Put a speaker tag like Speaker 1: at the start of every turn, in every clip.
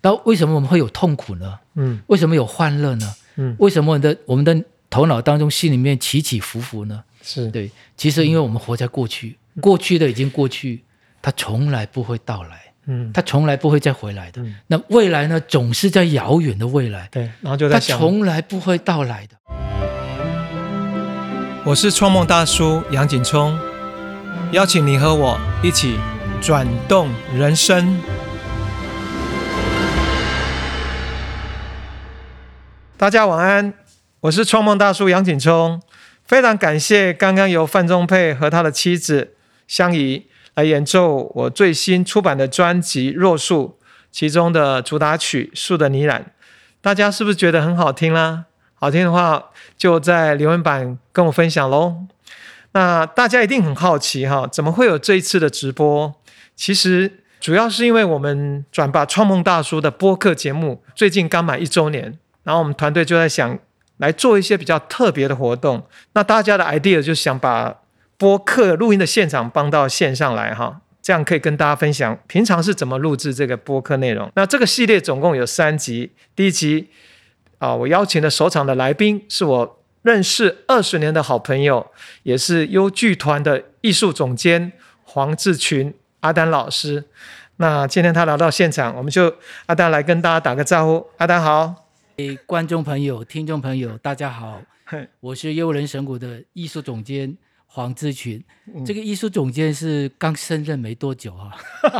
Speaker 1: 那为什么我们会有痛苦呢？
Speaker 2: 嗯
Speaker 1: 为什么有欢乐呢？
Speaker 2: 嗯，
Speaker 1: 为什么我们的我们的头脑当中、心里面起起伏伏呢？
Speaker 2: 是，
Speaker 1: 对，其实因为我们活在过去，过去的已经过去，它从来不会到来，
Speaker 2: 嗯，
Speaker 1: 它从来不会再回来的
Speaker 2: 嗯。
Speaker 1: 那未来呢，总是在遥远的未来，
Speaker 2: 对，然后就
Speaker 1: 它
Speaker 2: 在想，
Speaker 1: 从来不会到来的。
Speaker 2: 我是创梦大叔杨景聪，邀请你和我一起转动人生。大家晚安，我是创梦大叔杨景聪，非常感谢刚刚由范仲佩和他的妻子香怡来演奏我最新出版的专辑《若树》其中的主打曲《树的呢喃》，大家是不是觉得很好听啊啦？好听的话，就在留言板跟我分享喽。那大家一定很好奇哈，怎么会有这一次的直播？其实主要是因为我们转把创梦大叔的播客节目最近刚满一周年，然后我们团队就在想来做一些比较特别的活动。那大家的 idea 就想把播客录音的现场搬到线上来哈。这样可以跟大家分享平常是怎么录制这个播客内容。那这个系列总共有三集，第一集啊，我邀请的首场的来宾是我认识二十年的好朋友，也是优剧团的艺术总监黄志群阿丹老师。那今天他来到现场，我们就阿丹来跟大家打个招呼。阿丹好，
Speaker 1: 诶哎观众朋友、听众朋友，大家好
Speaker 2: 嘿，
Speaker 1: 我是幽人神谷的艺术总监黄志群。
Speaker 2: 嗯
Speaker 1: 这个艺术总监是刚升任没多久啊，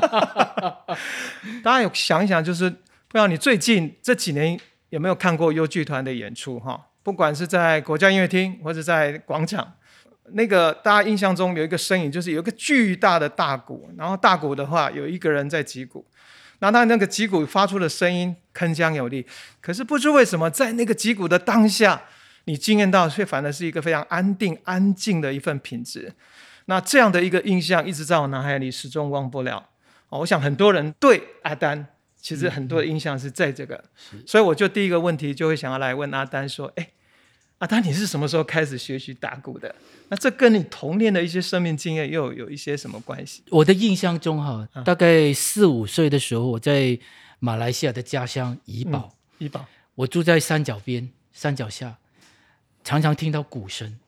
Speaker 2: 大家有想一想，就是不知道你最近这几年有没有看过优剧团的演出哈？不管是在国家音乐厅或者在广场，那个大家印象中有一个身影，就是有一个巨大的大鼓，然后大鼓的话有一个人在击鼓，然后他那个击鼓发出的声音铿锵有力，可是不知为什么在那个击鼓的当下，你惊艳到却反而是一个非常安定安静的一份品质。那这样的一个印象一直在我脑海里始终忘不了。哦，我想很多人对阿丹
Speaker 1: 嗯
Speaker 2: 其实很多的印象是在这个，所以我就第一个问题就会想要来问阿丹说，哎，阿丹你是什么时候开始学习打鼓的？那这跟你童年的一些生命经验又有一些什么关系？
Speaker 1: 我的印象中哈、大概四五岁的时候，我在马来西亚的家乡怡保，
Speaker 2: 怡宝，
Speaker 1: 我住在山脚边、山脚下，常常听到鼓声，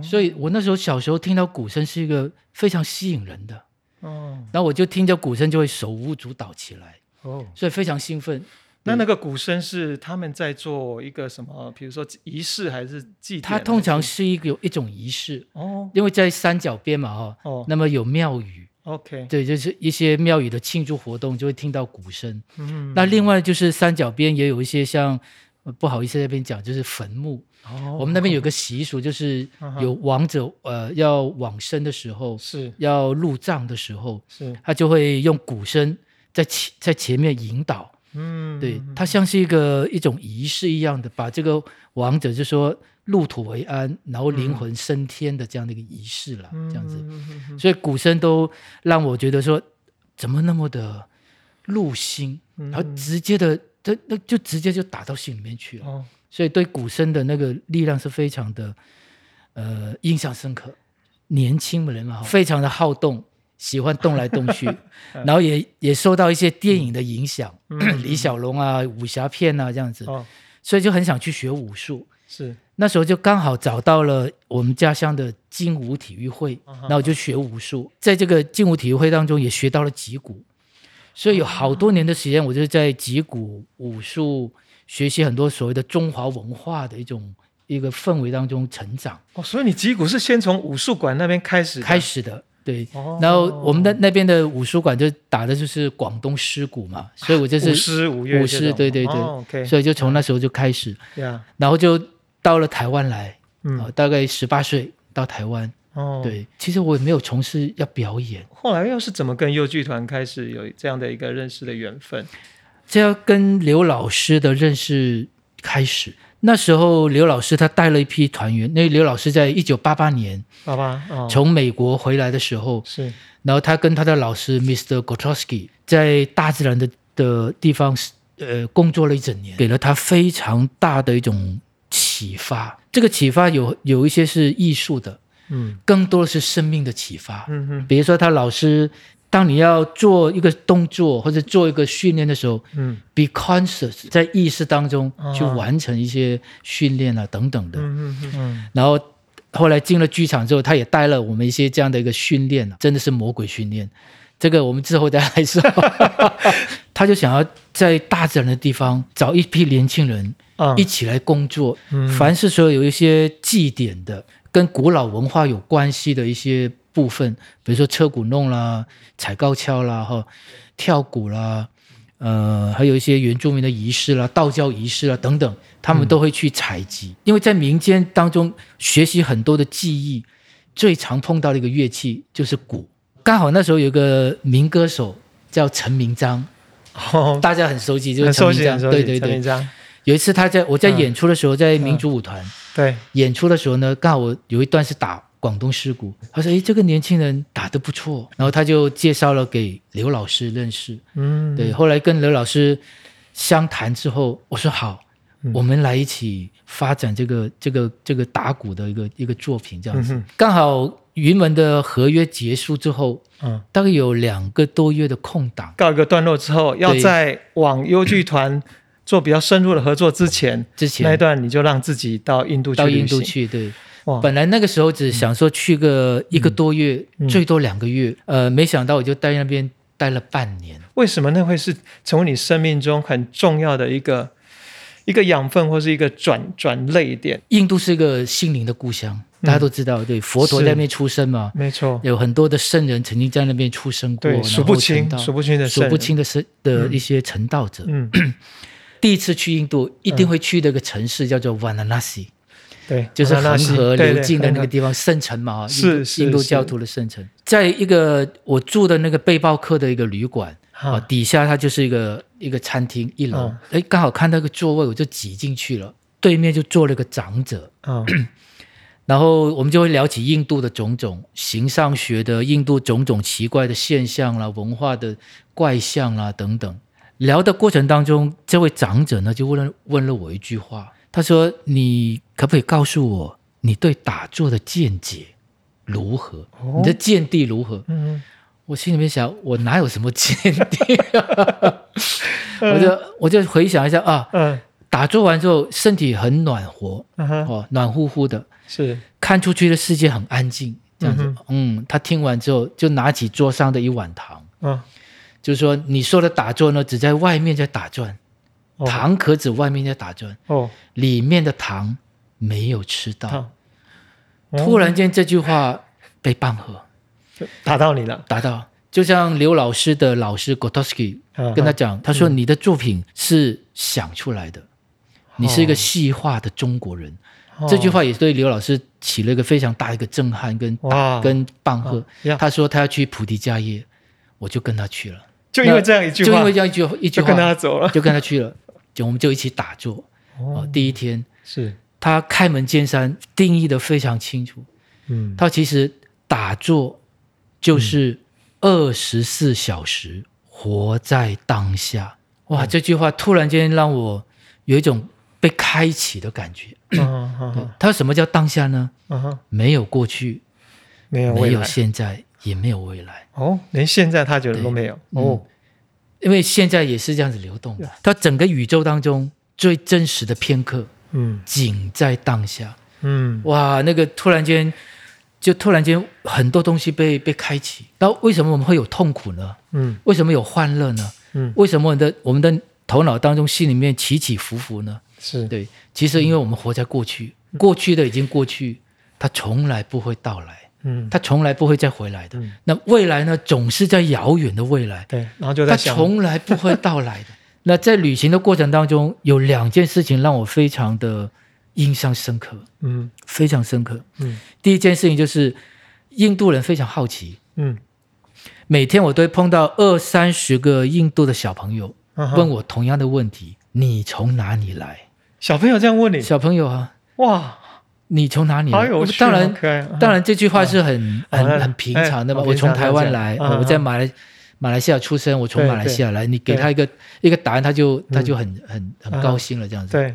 Speaker 1: 所以我那时候小时候听到鼓声是一个非常吸引人的，
Speaker 2: 哦
Speaker 1: 然后我就听着鼓声就会手舞足蹈起来，
Speaker 2: 哦，
Speaker 1: 所以非常兴奋。
Speaker 2: 那那个鼓声是他们在做一个什么，比如说仪式还是祭典还
Speaker 1: 它
Speaker 2: 是？
Speaker 1: 通常是一个有一种仪式，
Speaker 2: 哦
Speaker 1: 因为在山脚边嘛哈、
Speaker 2: 哦
Speaker 1: 那么有庙宇，
Speaker 2: ，OK，
Speaker 1: 对，就是一些庙宇的庆祝活动就会听到鼓声。
Speaker 2: 嗯，
Speaker 1: 那另外就是山脚边也有一些像，呃不好意思在那边讲，就是坟墓。
Speaker 2: 哦
Speaker 1: 我们那边有个习俗，就是
Speaker 2: 嗯哼
Speaker 1: 有亡者呃要往生的时候，
Speaker 2: 是
Speaker 1: 要入葬的时候，
Speaker 2: 是，
Speaker 1: 他就会用鼓声在前在前面引导。
Speaker 2: 嗯，
Speaker 1: 对，它像是一个一种仪式一样的，把这个亡者就说入土为安，然后灵魂升天的这样的一个仪式了，这样子。
Speaker 2: 嗯
Speaker 1: 所以鼓声都让我觉得说，怎么那么的入心，
Speaker 2: 嗯
Speaker 1: 然后直接的，这那就直接就打到心里面去了。
Speaker 2: 哦，
Speaker 1: 所以对鼓声的那个力量是非常的，呃，印象深刻。年轻人嘛，非常的好动，喜欢动来动去，然后也也受到一些电影的影响，李小龙啊、武侠片啊这样子，
Speaker 2: 哦，
Speaker 1: 所以就很想去学武术。
Speaker 2: 是，
Speaker 1: 那时候就刚好找到了我们家乡的劲舞体育会，
Speaker 2: 嗯哼
Speaker 1: 然后我就学武术，在这个劲舞体育会当中也学到了击鼓，所以有好多年的时间，我就在击鼓武术学习很多所谓的中华文化的一种一个氛围当中成长
Speaker 2: 哦，所以你击鼓是先从武术馆那边开始的
Speaker 1: 开，始的。对，
Speaker 2: 哦
Speaker 1: 然后我们的那边的武术馆就打的就是广东狮鼓嘛，所以我就
Speaker 2: 舞
Speaker 1: 是，
Speaker 2: 啊狮、舞乐
Speaker 1: 舞
Speaker 2: 这
Speaker 1: 狮
Speaker 2: 种
Speaker 1: 对对对
Speaker 2: 哦，OK，
Speaker 1: 所以就从那时候就开始，
Speaker 2: 呀，
Speaker 1: 然后就到了台湾来，啊、
Speaker 2: 嗯，
Speaker 1: 大概十八岁到台湾，
Speaker 2: 哦，。
Speaker 1: 对，其实我也没有从事要表演，
Speaker 2: 后来又是怎么跟幼剧团开始有这样的一个认识的缘分？
Speaker 1: 这要跟刘老师的认识开始。那时候刘老师他带了一批团员，那刘老师在一九八八年
Speaker 2: 爸爸，哦，
Speaker 1: 从美国回来的时候，
Speaker 2: 是，
Speaker 1: 然后他跟他的老师 Mr. Gotowski 在大自然的的地方呃工作了一整年，给了他非常大的一种启发。这个启发有有一些是艺术的，
Speaker 2: 嗯
Speaker 1: 更多的是生命的启发。
Speaker 2: 嗯嗯
Speaker 1: 比如说他老师当你要做一个动作或者做一个训练的时候
Speaker 2: 嗯
Speaker 1: ，be conscious，在意识当中
Speaker 2: 啊
Speaker 1: 去完成一些训练啊等等的。
Speaker 2: 嗯嗯嗯，
Speaker 1: 然后后来进了剧场之后，他也带了我们一些这样的一个训练啊，真的是魔鬼训练。这个我们之后再来说。 他就想要在大自然的地方找一批年轻人
Speaker 2: 啊
Speaker 1: 一起来工作，
Speaker 2: 嗯
Speaker 1: 凡是说有一些祭典的、跟古老文化有关系的一些部分，比如说车鼓弄啦、踩高跷啦、哈、跳鼓啦，呃，还有一些原住民的仪式啦、道教仪式啦等
Speaker 2: 嗯
Speaker 1: 等，他们都会去采集，因为在民间当中学习很多的技艺，最常碰到的一个乐器就是鼓。刚好那时候有个民歌手叫陈明章，
Speaker 2: 哦
Speaker 1: 大家很熟悉，就是
Speaker 2: 很
Speaker 1: 陈
Speaker 2: 熟
Speaker 1: 明
Speaker 2: 悉，很
Speaker 1: 章，
Speaker 2: 熟
Speaker 1: 对
Speaker 2: 悉，
Speaker 1: 对
Speaker 2: 陈明
Speaker 1: 对。
Speaker 2: 章，
Speaker 1: 有一次他在我在
Speaker 2: 嗯
Speaker 1: 演出的时候，在民族舞团、
Speaker 2: 对，
Speaker 1: 演出的时候呢，刚好我有一段是打广东诗鼓，他说：“诶，这个年轻人打得不错。”然后他就介绍了给刘老师认识。
Speaker 2: 嗯，
Speaker 1: 对，后来跟刘老师相谈之后，我说好，
Speaker 2: 嗯
Speaker 1: 我们来一起发展这个这个这个打鼓的一个一个作品，这样子。
Speaker 2: 嗯哼
Speaker 1: 刚好云门的合约结束之后，
Speaker 2: 嗯，
Speaker 1: 大概有两个多月的空档，
Speaker 2: 告一个段落之后，要在往优剧团做比较深入的合作之前，
Speaker 1: 之
Speaker 2: 那一
Speaker 1: 前
Speaker 2: 段你就让自己到印度去
Speaker 1: 到
Speaker 2: 旅
Speaker 1: 印度
Speaker 2: 行，
Speaker 1: 去，对。
Speaker 2: 哇，
Speaker 1: 本来那个时候只想说去个一个多月，
Speaker 2: 嗯
Speaker 1: 最多两个月，呃，没想到我就待那边待了半年。
Speaker 2: 为什么那会是成为你生命中很重要的一个一个养分，或是一个转转泪点？
Speaker 1: 印度是一个心灵的故乡，
Speaker 2: 嗯
Speaker 1: 大家都知道，对，佛陀
Speaker 2: 是
Speaker 1: 在那边出生嘛，
Speaker 2: 没错，
Speaker 1: 有很多的圣人曾经在那边出生过，
Speaker 2: 对，
Speaker 1: 然后
Speaker 2: 数不
Speaker 1: 成
Speaker 2: 清
Speaker 1: 道，
Speaker 2: 数不清的圣
Speaker 1: 数
Speaker 2: 人
Speaker 1: 不，清的是的一些成道者。
Speaker 2: 嗯，
Speaker 1: 第一次去印度，一定会去的一个城市叫做 Varanasi，
Speaker 2: 对，
Speaker 1: 就是恒河
Speaker 2: 嗯对
Speaker 1: 流经的那个，
Speaker 2: 对
Speaker 1: 地方，圣城嘛，啊
Speaker 2: 是
Speaker 1: 印度
Speaker 2: 是
Speaker 1: 印度教徒的圣城。在一个我住的那个背包客的一个旅馆
Speaker 2: 哈
Speaker 1: 啊，底下它就是一个一个餐厅，一楼
Speaker 2: 嗯，
Speaker 1: 哎，刚好看到一个座位，我就挤进去了。对面就坐了一个长者，
Speaker 2: 嗯
Speaker 1: 然后我们就会聊起印度的种种形上学的印度种种奇怪的现象啦、文化的怪象啦等等。聊的过程当中，这位长者呢就问了问了我一句话，他说：“你可不可以告诉我你对打坐的见解如何？
Speaker 2: 哦
Speaker 1: 你的见地如何？”
Speaker 2: 嗯，
Speaker 1: 我心里面想，我哪有什么见地、啊？ 我就我就回想一下啊，
Speaker 2: 嗯
Speaker 1: 打坐完之后身体很暖和
Speaker 2: 嗯哼，
Speaker 1: 哦，暖乎乎的，
Speaker 2: 是，
Speaker 1: 看出去的世界很安静，这样子
Speaker 2: 嗯。
Speaker 1: 嗯他听完之后就拿起桌上的一碗糖，
Speaker 2: 嗯，
Speaker 1: 就是说你说的打坐呢，只在外面在打转，
Speaker 2: 哦
Speaker 1: 糖壳子外面在打转，
Speaker 2: 哦，
Speaker 1: 里面的糖没有吃到。
Speaker 2: 好，
Speaker 1: 哦突然间这句话被棒喝，
Speaker 2: 打到你了，
Speaker 1: 打到。就像刘老师的老师 Gotowski
Speaker 2: 嗯
Speaker 1: 跟他讲，他说你的作品是想出来的，你是一个细化的中国人。
Speaker 2: 哦
Speaker 1: 这句话也对刘老师起了一个非常大一个震撼跟
Speaker 2: 哇
Speaker 1: 跟棒喝
Speaker 2: 哦。呀
Speaker 1: 他说他要去菩提迦叶，我就跟他去了。
Speaker 2: 就因为这样一句
Speaker 1: 就因
Speaker 2: 话
Speaker 1: 为，这样一句一句
Speaker 2: 就跟
Speaker 1: 话，
Speaker 2: 他走了，
Speaker 1: 就跟他去了，就我们就一起打坐。
Speaker 2: 哦
Speaker 1: 哦，第一天
Speaker 2: 是，
Speaker 1: 他开门见山定义的非常清楚，
Speaker 2: 嗯，
Speaker 1: 他其实打坐就是二十四小时活在当下。
Speaker 2: 嗯
Speaker 1: 哇，这句话突然间让我有一种被开启的感觉。
Speaker 2: 嗯嗯嗯
Speaker 1: 他什么叫当下呢？
Speaker 2: 嗯哼，
Speaker 1: 没有过去，
Speaker 2: 没有未
Speaker 1: 没有
Speaker 2: 来，
Speaker 1: 现在，也没有未来，
Speaker 2: 哦，连现在他觉得都没有，
Speaker 1: 嗯
Speaker 2: 哦，
Speaker 1: 因为现在也是这样子流动的。它整个宇宙当中最真实的片刻，
Speaker 2: 嗯
Speaker 1: 仅在当下。
Speaker 2: 嗯
Speaker 1: 哇，那个突然间，就突然间很多东西被被开启。那为什么我们会有痛苦呢？
Speaker 2: 嗯
Speaker 1: 为什么有欢乐呢？
Speaker 2: 嗯，
Speaker 1: 为什么我们的我们的头脑当中、心里面起起伏伏呢？
Speaker 2: 是，
Speaker 1: 对，其实因为我们活在过去，
Speaker 2: 嗯
Speaker 1: 过去的已经过去，它从来不会到来，
Speaker 2: 嗯，
Speaker 1: 它从来不会再回来的
Speaker 2: 嗯。
Speaker 1: 那未来呢，总是在遥远的未来，
Speaker 2: 对，然后就
Speaker 1: 它
Speaker 2: 在想，
Speaker 1: 从来不会到 来的。那在旅行的过程当中，有两件事情让我非常的印象深刻，
Speaker 2: 嗯
Speaker 1: 非常深刻。
Speaker 2: 嗯
Speaker 1: 第一件事情就是，印度人非常好奇，
Speaker 2: 嗯，
Speaker 1: 每天我都会碰到二三十个印度的小朋友，问
Speaker 2: 问
Speaker 1: 我同样的问题：你从哪里来？
Speaker 2: 小朋友这样问你，
Speaker 1: 小朋友啊，
Speaker 2: 哇，
Speaker 1: 你从哪里
Speaker 2: 好
Speaker 1: 来？
Speaker 2: 有
Speaker 1: 我
Speaker 2: 趣，
Speaker 1: 当
Speaker 2: 好
Speaker 1: 然，
Speaker 2: 可爱，嗯
Speaker 1: 当然这句话是很
Speaker 2: 嗯
Speaker 1: 很
Speaker 2: 哎
Speaker 1: 很平常的嘛。
Speaker 2: 哎
Speaker 1: 我从台湾
Speaker 2: 平
Speaker 1: 来，
Speaker 2: 常这样
Speaker 1: 哦我在马来马来西亚出生，我从
Speaker 2: 对
Speaker 1: 马来西亚来，你给他一个一个答案，他就他就很很很
Speaker 2: 嗯
Speaker 1: 高兴了，这样子。
Speaker 2: 对，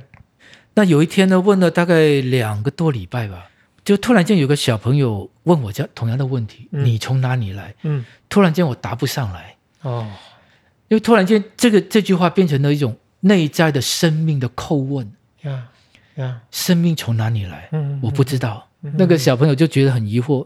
Speaker 1: 那有一天呢，问了大概两个多礼拜吧，就突然间有个小朋友问我这同样的问题，
Speaker 2: 嗯
Speaker 1: 你从哪里来？
Speaker 2: 嗯，
Speaker 1: 突然间我答不上来，
Speaker 2: 哦，
Speaker 1: 因为突然间这个这句话变成了一种内在的生命的叩问：
Speaker 2: 呀呀，
Speaker 1: 生命从哪里来？
Speaker 2: 嗯，
Speaker 1: 我不知道。
Speaker 2: 嗯
Speaker 1: 那个小朋友就觉得很疑惑，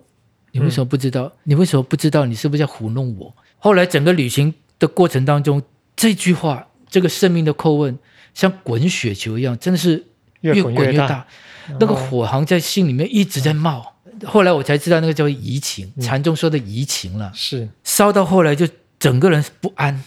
Speaker 1: 你为什么不知道？你为什么不知道？你是不是在糊弄我？后来整个旅行的过程当中，这句话，这个生命的叩问，像滚雪球一样，真的是
Speaker 2: 越
Speaker 1: 滚
Speaker 2: 滚越
Speaker 1: 大，
Speaker 2: 大，
Speaker 1: 那
Speaker 2: 哦
Speaker 1: 个火好像在心里面一直在冒。后来我才知道，那个叫移情，禅宗说的移情了。
Speaker 2: 是，
Speaker 1: 烧到后来就整个人不安，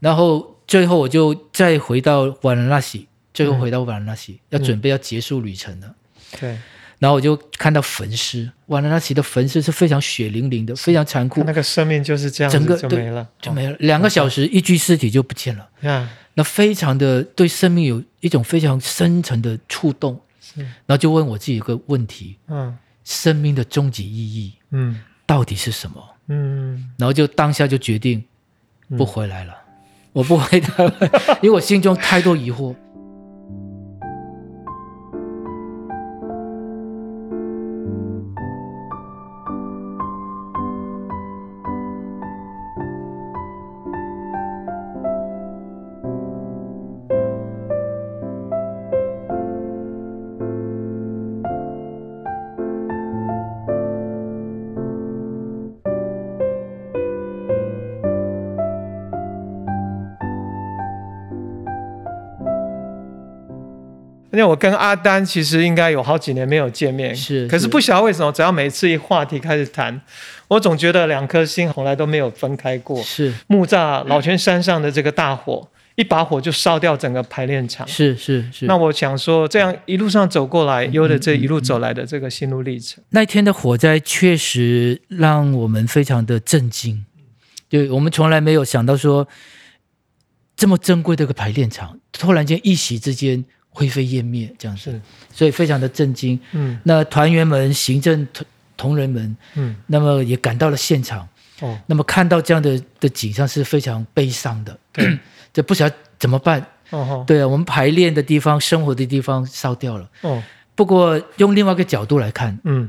Speaker 1: 然后最后我就再回到瓦伦纳西，最后回到瓦伦纳西，要准备要结束旅程了。
Speaker 2: 对，
Speaker 1: 然后我就看到焚尸，瓦伦纳西的焚尸是非常血淋淋的，非常残酷
Speaker 2: 那，个生命就是这样
Speaker 1: 整
Speaker 2: 子
Speaker 1: 个
Speaker 2: 就
Speaker 1: 对
Speaker 2: 没了，
Speaker 1: 就没了。两个小时，一具尸体就不见了，
Speaker 2: 呀，
Speaker 1: 那非常的对生命有一种非常深层的触动。
Speaker 2: 是，
Speaker 1: 然后就问我自己一个问题：
Speaker 2: 嗯
Speaker 1: 生命的终极意义
Speaker 2: 嗯
Speaker 1: 到底是什么？
Speaker 2: 嗯，
Speaker 1: 然后就当下就决定不回来了，我不回答了， 因为我心中太多疑惑。
Speaker 2: 因为我跟阿丹其实应该有好几年没有见面，
Speaker 1: 是
Speaker 2: 可是
Speaker 1: 是
Speaker 2: 不晓得为什么，只要每次一话题开始谈，我总觉得两颗心从来都没有分开过。
Speaker 1: 是
Speaker 2: 木栅老泉山上的这个大火，一把火就烧掉整个排练场。
Speaker 1: 是是是。
Speaker 2: 那我想说，这样一路上走过来，有的这一路走来的这个心路历程，
Speaker 1: 那天的火灾确实让我们非常的震惊，对我们从来没有想到说，这么珍贵的一个排练场，突然间一席之间灰飞烟灭这样子
Speaker 2: 是，
Speaker 1: 所以非常的震惊。
Speaker 2: 嗯
Speaker 1: 那团员们、行政同同仁们，
Speaker 2: 嗯，
Speaker 1: 那么也赶到了现场，
Speaker 2: 哦，
Speaker 1: 那么看到这样的的景象是非常悲伤的，
Speaker 2: 对，
Speaker 1: 这不晓得怎么办。
Speaker 2: 哦吼
Speaker 1: 对啊，我们排练的地方、生活的地方烧掉了。
Speaker 2: 哦，
Speaker 1: 不过用另外一个角度来看，
Speaker 2: 嗯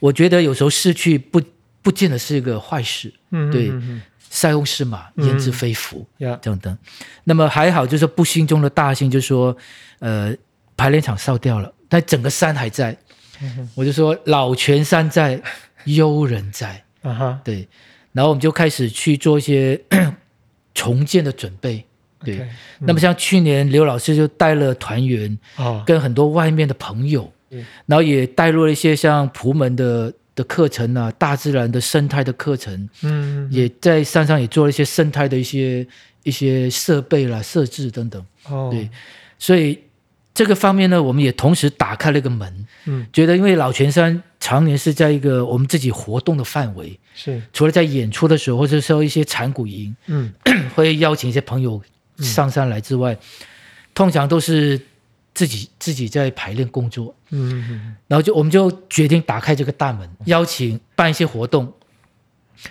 Speaker 1: 我觉得有时候失去不不见得是一个坏事，
Speaker 2: 嗯，
Speaker 1: 对
Speaker 2: 嗯
Speaker 1: 塞翁失马，
Speaker 2: 嗯
Speaker 1: 焉知非福、
Speaker 2: 嗯呀，
Speaker 1: 等等。那么还好，就是不幸中的大幸，就是说，呃，排练场烧掉了，但整个山还在。我就说老泉山在，幽人在，
Speaker 2: 啊哈，
Speaker 1: 对。然后我们就开始去做一些 重建的准备，对。
Speaker 2: OK，嗯
Speaker 1: 那么像去年刘老师就带了团员，
Speaker 2: 哦，
Speaker 1: 跟很多外面的朋友，
Speaker 2: 嗯
Speaker 1: 然后也带入了一些像普门的的课程啊，大自然的生态的课程，
Speaker 2: 嗯，
Speaker 1: 也在山上也做了一些生态的一些一些设备啦、设置等等。
Speaker 2: 哦，
Speaker 1: 对，所以这个方面呢，我们也同时打开了一个门，
Speaker 2: 嗯，
Speaker 1: 觉得因为老泉山常年是在一个我们自己活动的范围，
Speaker 2: 是，
Speaker 1: 除了在演出的时候，或者说一些禅谷营，
Speaker 2: 嗯，
Speaker 1: 会邀请一些朋友上山来之外，通常都是自己自己在排练工作，
Speaker 2: 嗯嗯嗯
Speaker 1: 然后就我们就决定打开这个大门，邀请办一些活动，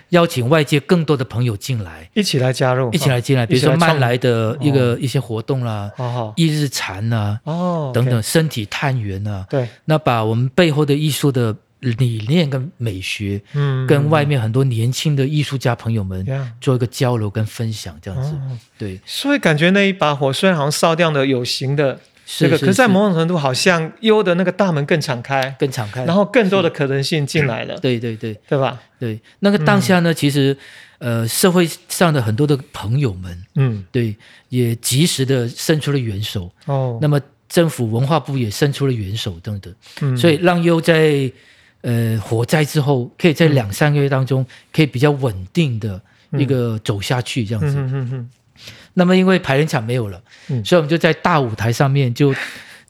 Speaker 1: 邀请外界更多的朋友进来，
Speaker 2: 一起来加入，
Speaker 1: 一起来进来，比如
Speaker 2: 哦一
Speaker 1: 说
Speaker 2: 起来创
Speaker 1: 慢来的一个、一些活动啦、
Speaker 2: 好好
Speaker 1: 一日禅啦、
Speaker 2: 哦，
Speaker 1: 等等，身体探源啊，
Speaker 2: 对，
Speaker 1: 那把我们背后的艺术的理念跟美学，
Speaker 2: 嗯，
Speaker 1: 跟外面很多年轻的艺术家朋友们
Speaker 2: 呀，
Speaker 1: 做一个交流跟分享，这样子，
Speaker 2: 哦，
Speaker 1: 对。
Speaker 2: 所以感觉那一把火虽然好像烧掉了有形的
Speaker 1: 是
Speaker 2: 这个，可是在
Speaker 1: 是
Speaker 2: 某种程度好像幽的那个大门更敞开，
Speaker 1: 更敞开。
Speaker 2: 然后更多的可能性进来了，
Speaker 1: 对对对
Speaker 2: 对吧？
Speaker 1: 对，那个当下呢，
Speaker 2: 嗯
Speaker 1: 其实呃，社会上的很多的朋友们，
Speaker 2: 嗯，
Speaker 1: 对，也及时的伸出了援手。
Speaker 2: 哦，
Speaker 1: 那么政府文化部也伸出了援手等等，
Speaker 2: 嗯
Speaker 1: 所以让优在呃火灾之后，可以在
Speaker 2: 嗯
Speaker 1: 两三个月当中，可以比较稳定的一个走下去这样
Speaker 2: 嗯
Speaker 1: 子。
Speaker 2: 嗯嗯嗯，
Speaker 1: 那么因为排练场没有了，
Speaker 2: 嗯
Speaker 1: 所以我们就在大舞台上面就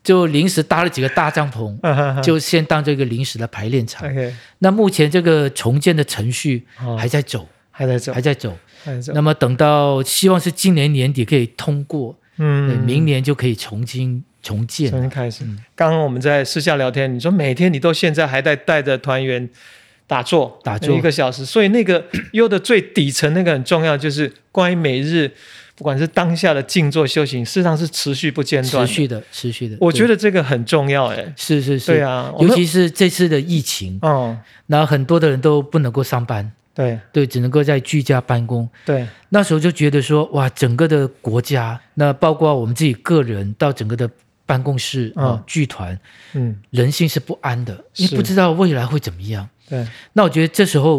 Speaker 1: 就临时搭了几个大帐篷。
Speaker 2: 啊哈哈
Speaker 1: 就先当这个临时的排练场，
Speaker 2: OK，
Speaker 1: 那目前这个重建的程序
Speaker 2: 哦
Speaker 1: 还在走，
Speaker 2: 还在走，
Speaker 1: 还在走。
Speaker 2: 还在走，
Speaker 1: 那么等到希望是今年年底可以通过，对
Speaker 2: 嗯，
Speaker 1: 明年就可以重新重建
Speaker 2: 重
Speaker 1: 了。
Speaker 2: 新开始。刚刚我们在私下聊天，你说每天你都现在还在带着团员打坐，
Speaker 1: 打坐
Speaker 2: 一个小时，所以那个优的最底层那个很重要，就是关于每日不管是当下的静坐修行，事实上是持续不间断
Speaker 1: 持
Speaker 2: 的。
Speaker 1: 续的，持续的。
Speaker 2: 我觉
Speaker 1: 得
Speaker 2: 得这个很重要，哎，
Speaker 1: 是是
Speaker 2: 对
Speaker 1: 是，
Speaker 2: 啊，我
Speaker 1: 尤
Speaker 2: 们
Speaker 1: 其是这次的疫情，
Speaker 2: 哦，
Speaker 1: 然后很多的人都不能够上班，
Speaker 2: 对
Speaker 1: 对，只能够在居家办公。
Speaker 2: 对
Speaker 1: 那时候就觉得说，哇，整个的国家，那包括我们自己个人，到整个的办公室啊、
Speaker 2: 嗯
Speaker 1: 剧团，
Speaker 2: 嗯
Speaker 1: 人性是不安的，你
Speaker 2: 是
Speaker 1: 不知道未来会怎么样。
Speaker 2: 对嗯
Speaker 1: 那我觉得这时候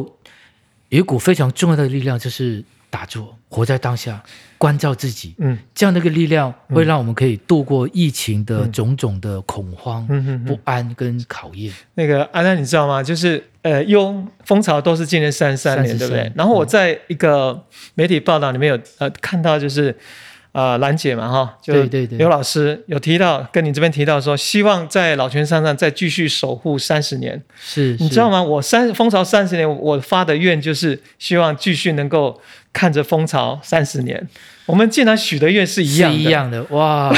Speaker 1: 有一股非常重要的力量，就是打坐，活在当下，关照自己。
Speaker 2: 嗯
Speaker 1: 这样的一个力量会让我们可以度过疫情的种种的恐慌、
Speaker 2: 嗯嗯
Speaker 1: 不
Speaker 2: 嗯，
Speaker 1: 安跟考验。
Speaker 2: 那个安安，你知道吗？就是呃，雍蜂巢都是今年三三年，
Speaker 1: 33
Speaker 2: 对不对
Speaker 1: 嗯？
Speaker 2: 然后我在一个媒体报道里面有呃看到，就是呃兰姐嘛哈，就
Speaker 1: 对对对
Speaker 2: 刘老师有提到跟你这边提到说，希望在老泉山上再继续守护三十年。
Speaker 1: 是，
Speaker 2: 你
Speaker 1: 是
Speaker 2: 知道吗？我三蜂巢三十年，我发的愿就是希望继续能够看着蜂巢三十年。我们竟然许的愿是一样
Speaker 1: 是
Speaker 2: 的，
Speaker 1: 一样的 哇！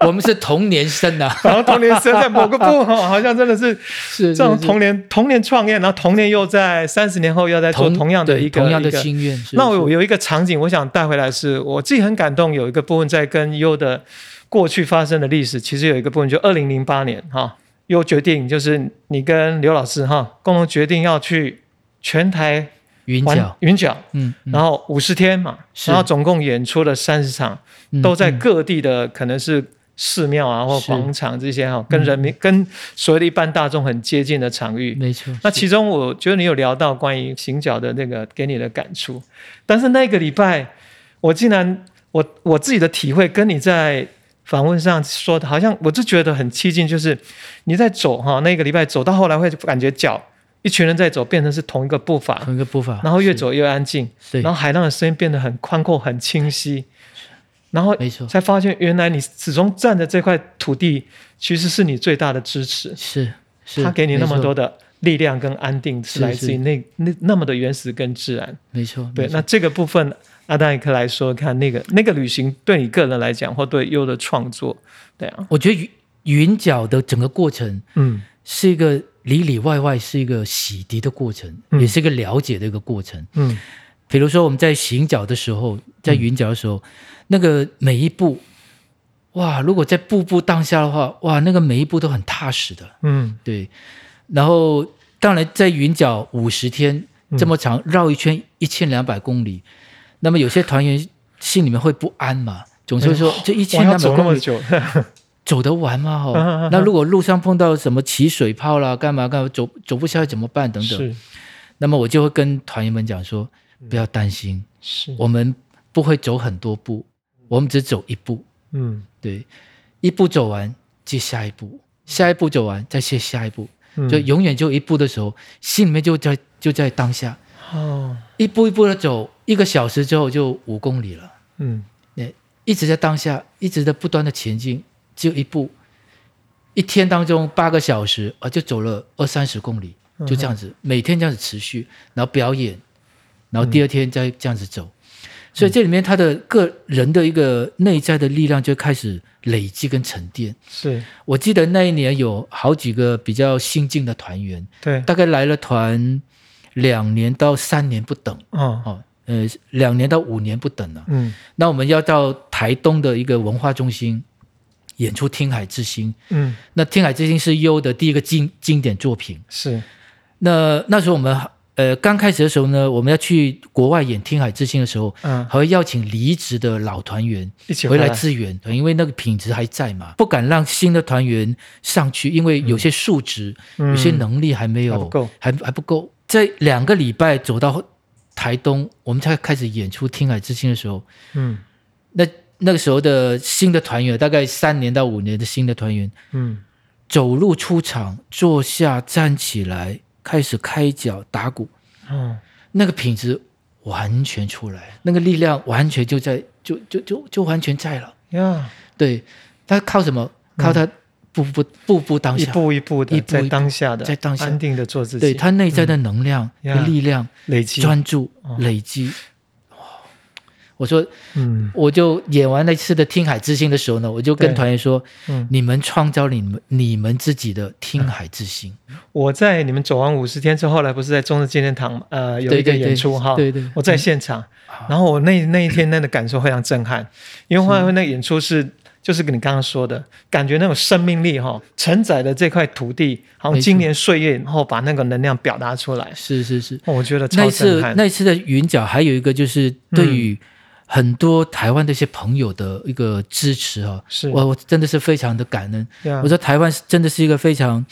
Speaker 1: 我们是同年生啊，
Speaker 2: 然后童年生在某个部哦好像真的是
Speaker 1: 是
Speaker 2: 这种
Speaker 1: 是是
Speaker 2: 童年童年创业，然后童年又在三十年后要再做同样的
Speaker 1: 对
Speaker 2: 一个
Speaker 1: 同样的
Speaker 2: 一个
Speaker 1: 心愿。是
Speaker 2: 那
Speaker 1: 是
Speaker 2: 我有一个场景，我想带回来是，我自己很感动，有一个部分在跟优的过去发生的历史，其实有一个部分就二零零八年哈，优决定就是你跟刘老师哈共同决定要去全台
Speaker 1: 云
Speaker 2: 环
Speaker 1: 脚，
Speaker 2: 云脚，
Speaker 1: 嗯，嗯
Speaker 2: 然后五十天嘛，
Speaker 1: 是
Speaker 2: 然后总共演出了三十场，
Speaker 1: 嗯
Speaker 2: 都在
Speaker 1: 嗯
Speaker 2: 各地的可能是寺庙啊或
Speaker 1: 是嗯
Speaker 2: 广场这些哈、跟人民、跟所谓的一般大众很接近的场域。
Speaker 1: 没错。
Speaker 2: 那
Speaker 1: 是
Speaker 2: 其中我觉得你有聊到关于行脚的那个给你的感触，但是那个礼拜我竟然我我自己的体会跟你在访问上说的，好像我就觉得很亲近，就是你在走哈，那个礼拜走到后来会感觉脚一群人在走变成是同一个步伐，
Speaker 1: 同一个步伐，
Speaker 2: 然后越
Speaker 1: 是
Speaker 2: 走越安静，
Speaker 1: 啊对
Speaker 2: 然，后海浪的声音变得很宽阔、很清晰，然后
Speaker 1: 没错，
Speaker 2: 才发现原来你始终站的这块土地其实是你最大的支持，
Speaker 1: 是是，
Speaker 2: 它给你那
Speaker 1: 没
Speaker 2: 么
Speaker 1: 错
Speaker 2: 多的力量跟安定，是
Speaker 1: 是
Speaker 2: 来自于
Speaker 1: 是
Speaker 2: 那那那么的原始跟自然。
Speaker 1: 没错，
Speaker 2: 对，
Speaker 1: 没
Speaker 2: 那
Speaker 1: 错
Speaker 2: 这个部分阿丹克来说，看那个那个旅行对你个人来讲，或对优的创作，对啊，
Speaker 1: 我觉得云云脚的整个过程
Speaker 2: 嗯
Speaker 1: 是一个里里外外是一个洗涤的过程，
Speaker 2: 嗯
Speaker 1: 也是一个了解的一个过程。
Speaker 2: 嗯
Speaker 1: 比如说我们在行脚的时候，在云脚的时候，那个每一步，哇，如果在步步当下的话，哇，那个每一步都很踏实的，
Speaker 2: 嗯
Speaker 1: 对。然后当然在云脚五十天
Speaker 2: 嗯
Speaker 1: 这么长，绕一圈一千两百公里，那么有些团员心里面会不安嘛，总是会说这一
Speaker 2: 我
Speaker 1: 千
Speaker 2: 哎要
Speaker 1: 两百
Speaker 2: 走那
Speaker 1: 公
Speaker 2: 么
Speaker 1: 里
Speaker 2: 久，
Speaker 1: 走得完吗？
Speaker 2: 嗯嗯
Speaker 1: 哦
Speaker 2: 嗯，
Speaker 1: 那如果路上碰到什么起水泡啦，干嘛干嘛，走走不下去怎么办？ 等等。
Speaker 2: 是嗯
Speaker 1: 那么我就会跟团员们讲说，不要担心，
Speaker 2: 是，
Speaker 1: 我们不会走很多步，我们只走一步，
Speaker 2: 嗯
Speaker 1: 对，一步走完接下一步，下一步走完再接下一步，
Speaker 2: 嗯
Speaker 1: 就永远就一步的时候，心里面就在就在当下，
Speaker 2: 哦
Speaker 1: 一步一步的走，一个小时之后就五公里了，
Speaker 2: 嗯
Speaker 1: 一直在当下，一直在不断的前进，只有一步，一天当中八个小时啊，就走了二三十公里，就这样子，每天这样子持续，然后表演，然后第二天再这样子走。所以这里面他的个人的一个内在的力量就开始累积跟沉淀。
Speaker 2: 是
Speaker 1: 我记得那一年有好几个比较新进的团员，
Speaker 2: 对
Speaker 1: 大概来了团两年到三年不等
Speaker 2: 哦
Speaker 1: 哦，呃，两年到五年不等了、
Speaker 2: 嗯
Speaker 1: 那我们要到台东的一个文化中心演出《听海之星》，
Speaker 2: 嗯
Speaker 1: 那《听海之星》是优的第一个经经典作品。
Speaker 2: 是
Speaker 1: 那那时候我们呃刚开始的时候呢，我们要去国外演《听海之星》的时候，
Speaker 2: 嗯
Speaker 1: 还会邀请离职的老团员
Speaker 2: 一起
Speaker 1: 啊回来
Speaker 2: 来
Speaker 1: 支援，呃因为那个品质还在嘛，不敢让新的团员上去，因为有些数值、
Speaker 2: 嗯
Speaker 1: 有些能力还没有
Speaker 2: 还不够，
Speaker 1: 还还不够。在两个礼拜走到台东，我们才开始演出《听海之星》的时候，
Speaker 2: 嗯
Speaker 1: 那那个时候的新的团员，大概三年到五年的新的团员，
Speaker 2: 嗯
Speaker 1: 走路出场，坐下站起来，开始开脚打鼓，
Speaker 2: 哦
Speaker 1: 那个品质完全出来，那个力量完全就在，就就就就完全在了。
Speaker 2: 呀，
Speaker 1: 对，他靠什么？靠他步步步步当
Speaker 2: 嗯一
Speaker 1: 下，
Speaker 2: 步一步的
Speaker 1: 一步一
Speaker 2: 在
Speaker 1: 步
Speaker 2: 当下的
Speaker 1: 在当下
Speaker 2: 安定的做自己，
Speaker 1: 对他内在的能量、
Speaker 2: 嗯呀
Speaker 1: 力量、
Speaker 2: 累积
Speaker 1: 专注、累积。哇我说，
Speaker 2: 嗯
Speaker 1: 我就演完那次的听海之星的时候呢，我就跟
Speaker 2: 对
Speaker 1: 团员说，
Speaker 2: 嗯，
Speaker 1: 你们创造你们你们自己的听海之星。
Speaker 2: 我在你们走完五十天之后，后来不是在中日纪念堂呃有
Speaker 1: 对
Speaker 2: 一个
Speaker 1: 对对
Speaker 2: 演出哈，
Speaker 1: 对对，
Speaker 2: 我在现场
Speaker 1: 啊，
Speaker 2: 然后我那那一天那个感受非常震撼，因为后来那个演出是就是跟你刚刚说的感觉那种生命力哈、承载的这块土地，好像
Speaker 1: 没错
Speaker 2: 经年岁月，然后把那个能量表达出来，
Speaker 1: 是是是。
Speaker 2: 哦我觉得
Speaker 1: 那
Speaker 2: 超
Speaker 1: 一次
Speaker 2: 震撼。嗯
Speaker 1: 那一次的云角还有一个就是对于很多台湾的一些朋友的一个支持啊，
Speaker 2: 是，
Speaker 1: 我我真的是非常的感恩。
Speaker 2: 对啊
Speaker 1: 我，说台湾是真的是一个非常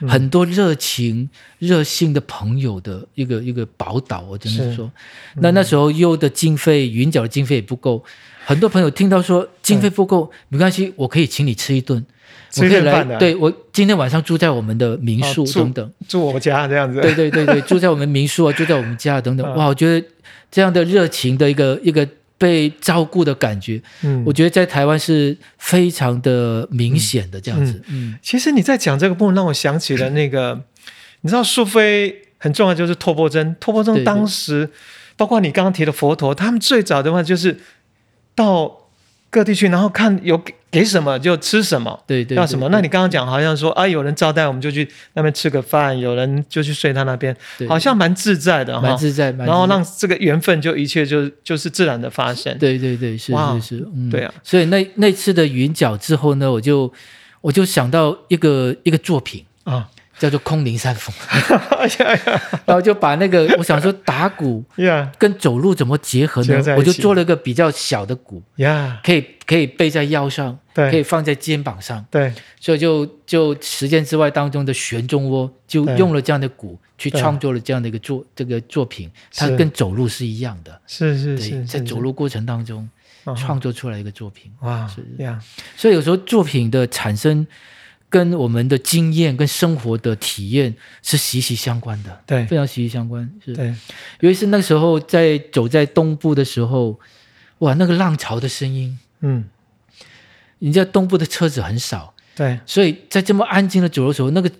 Speaker 2: 嗯
Speaker 1: 很多热情、热心的朋友的一个一个宝岛，我真的
Speaker 2: 是嗯
Speaker 1: 是说，那那时候优的经费、云角的经费也不够，很多朋友听到说经费不够，没关系，我可以请你吃一顿，
Speaker 2: 嗯吃一
Speaker 1: 我可以
Speaker 2: 顿
Speaker 1: 来
Speaker 2: 饭的，，
Speaker 1: 对我今天晚上住在我们的民
Speaker 2: 哦
Speaker 1: 宿
Speaker 2: 住
Speaker 1: 等等，
Speaker 2: 住我家这样子，
Speaker 1: 对对对对，住在我们民宿 啊，住在我们家啊等
Speaker 2: 嗯
Speaker 1: 等，哇，我觉得这样的热情的一个一个被照顾的感觉，
Speaker 2: 嗯，
Speaker 1: 我觉得在台湾是非常的明显的这样子，嗯，
Speaker 2: 其实你在讲这个部分，让我想起了 那个，你知道苏菲很重要就是托钵针，托钵
Speaker 1: 对
Speaker 2: 针
Speaker 1: 对
Speaker 2: 当时包括你刚刚提的佛陀，他们最早的话就是到各地去，然后看有给给什么就吃什么。
Speaker 1: 对对，
Speaker 2: 要
Speaker 1: 对
Speaker 2: 什么？那你刚刚讲好像说啊，有人招待我们就去那边吃个饭，有人就去睡他那边，
Speaker 1: 对
Speaker 2: 好像蛮自在的
Speaker 1: 蛮
Speaker 2: 哈。
Speaker 1: 自在，蛮
Speaker 2: 然后
Speaker 1: 自在
Speaker 2: 让这个缘分就一切就就是自然的发生。
Speaker 1: 对对对，是
Speaker 2: 哇
Speaker 1: 是是，嗯，
Speaker 2: 对啊。
Speaker 1: 所以那那次的云脚之后呢，我就我就想到一个一个作品。
Speaker 2: 啊，
Speaker 1: 叫做空灵山风，
Speaker 2: 哎呀
Speaker 1: 然后就把那个我想说打鼓
Speaker 2: 呀
Speaker 1: 跟走路怎么结合
Speaker 2: 结合
Speaker 1: 呢
Speaker 2: 在？一
Speaker 1: 我就
Speaker 2: 起
Speaker 1: 做了个比较小的鼓，
Speaker 2: 呀，
Speaker 1: 可以可以背在腰上，可以
Speaker 2: 对
Speaker 1: 放在肩膀上，
Speaker 2: 对，
Speaker 1: 所以就就实践之外当中的旋中窝，就
Speaker 2: 对
Speaker 1: 用了这样的鼓去
Speaker 2: 对
Speaker 1: 创作了这样的一个作这个作品，它
Speaker 2: 是
Speaker 1: 跟走路是一样的。
Speaker 2: 是是
Speaker 1: 对，
Speaker 2: 是，
Speaker 1: 在
Speaker 2: 是
Speaker 1: 走路过程当中
Speaker 2: 啊
Speaker 1: 创作出来一个作品，
Speaker 2: 哇
Speaker 1: 是
Speaker 2: 呀，
Speaker 1: 所以有时候作品的产生跟我们的经验跟生活的体验是息息相关的，
Speaker 2: 对
Speaker 1: 非常息息相关。是，
Speaker 2: 对，
Speaker 1: 尤其是那时候在走在东部的时候，哇，那个浪潮的声音，
Speaker 2: 嗯，
Speaker 1: 人家东部的车子很少。
Speaker 2: 对，
Speaker 1: 所以在这么安静的走的时候，那个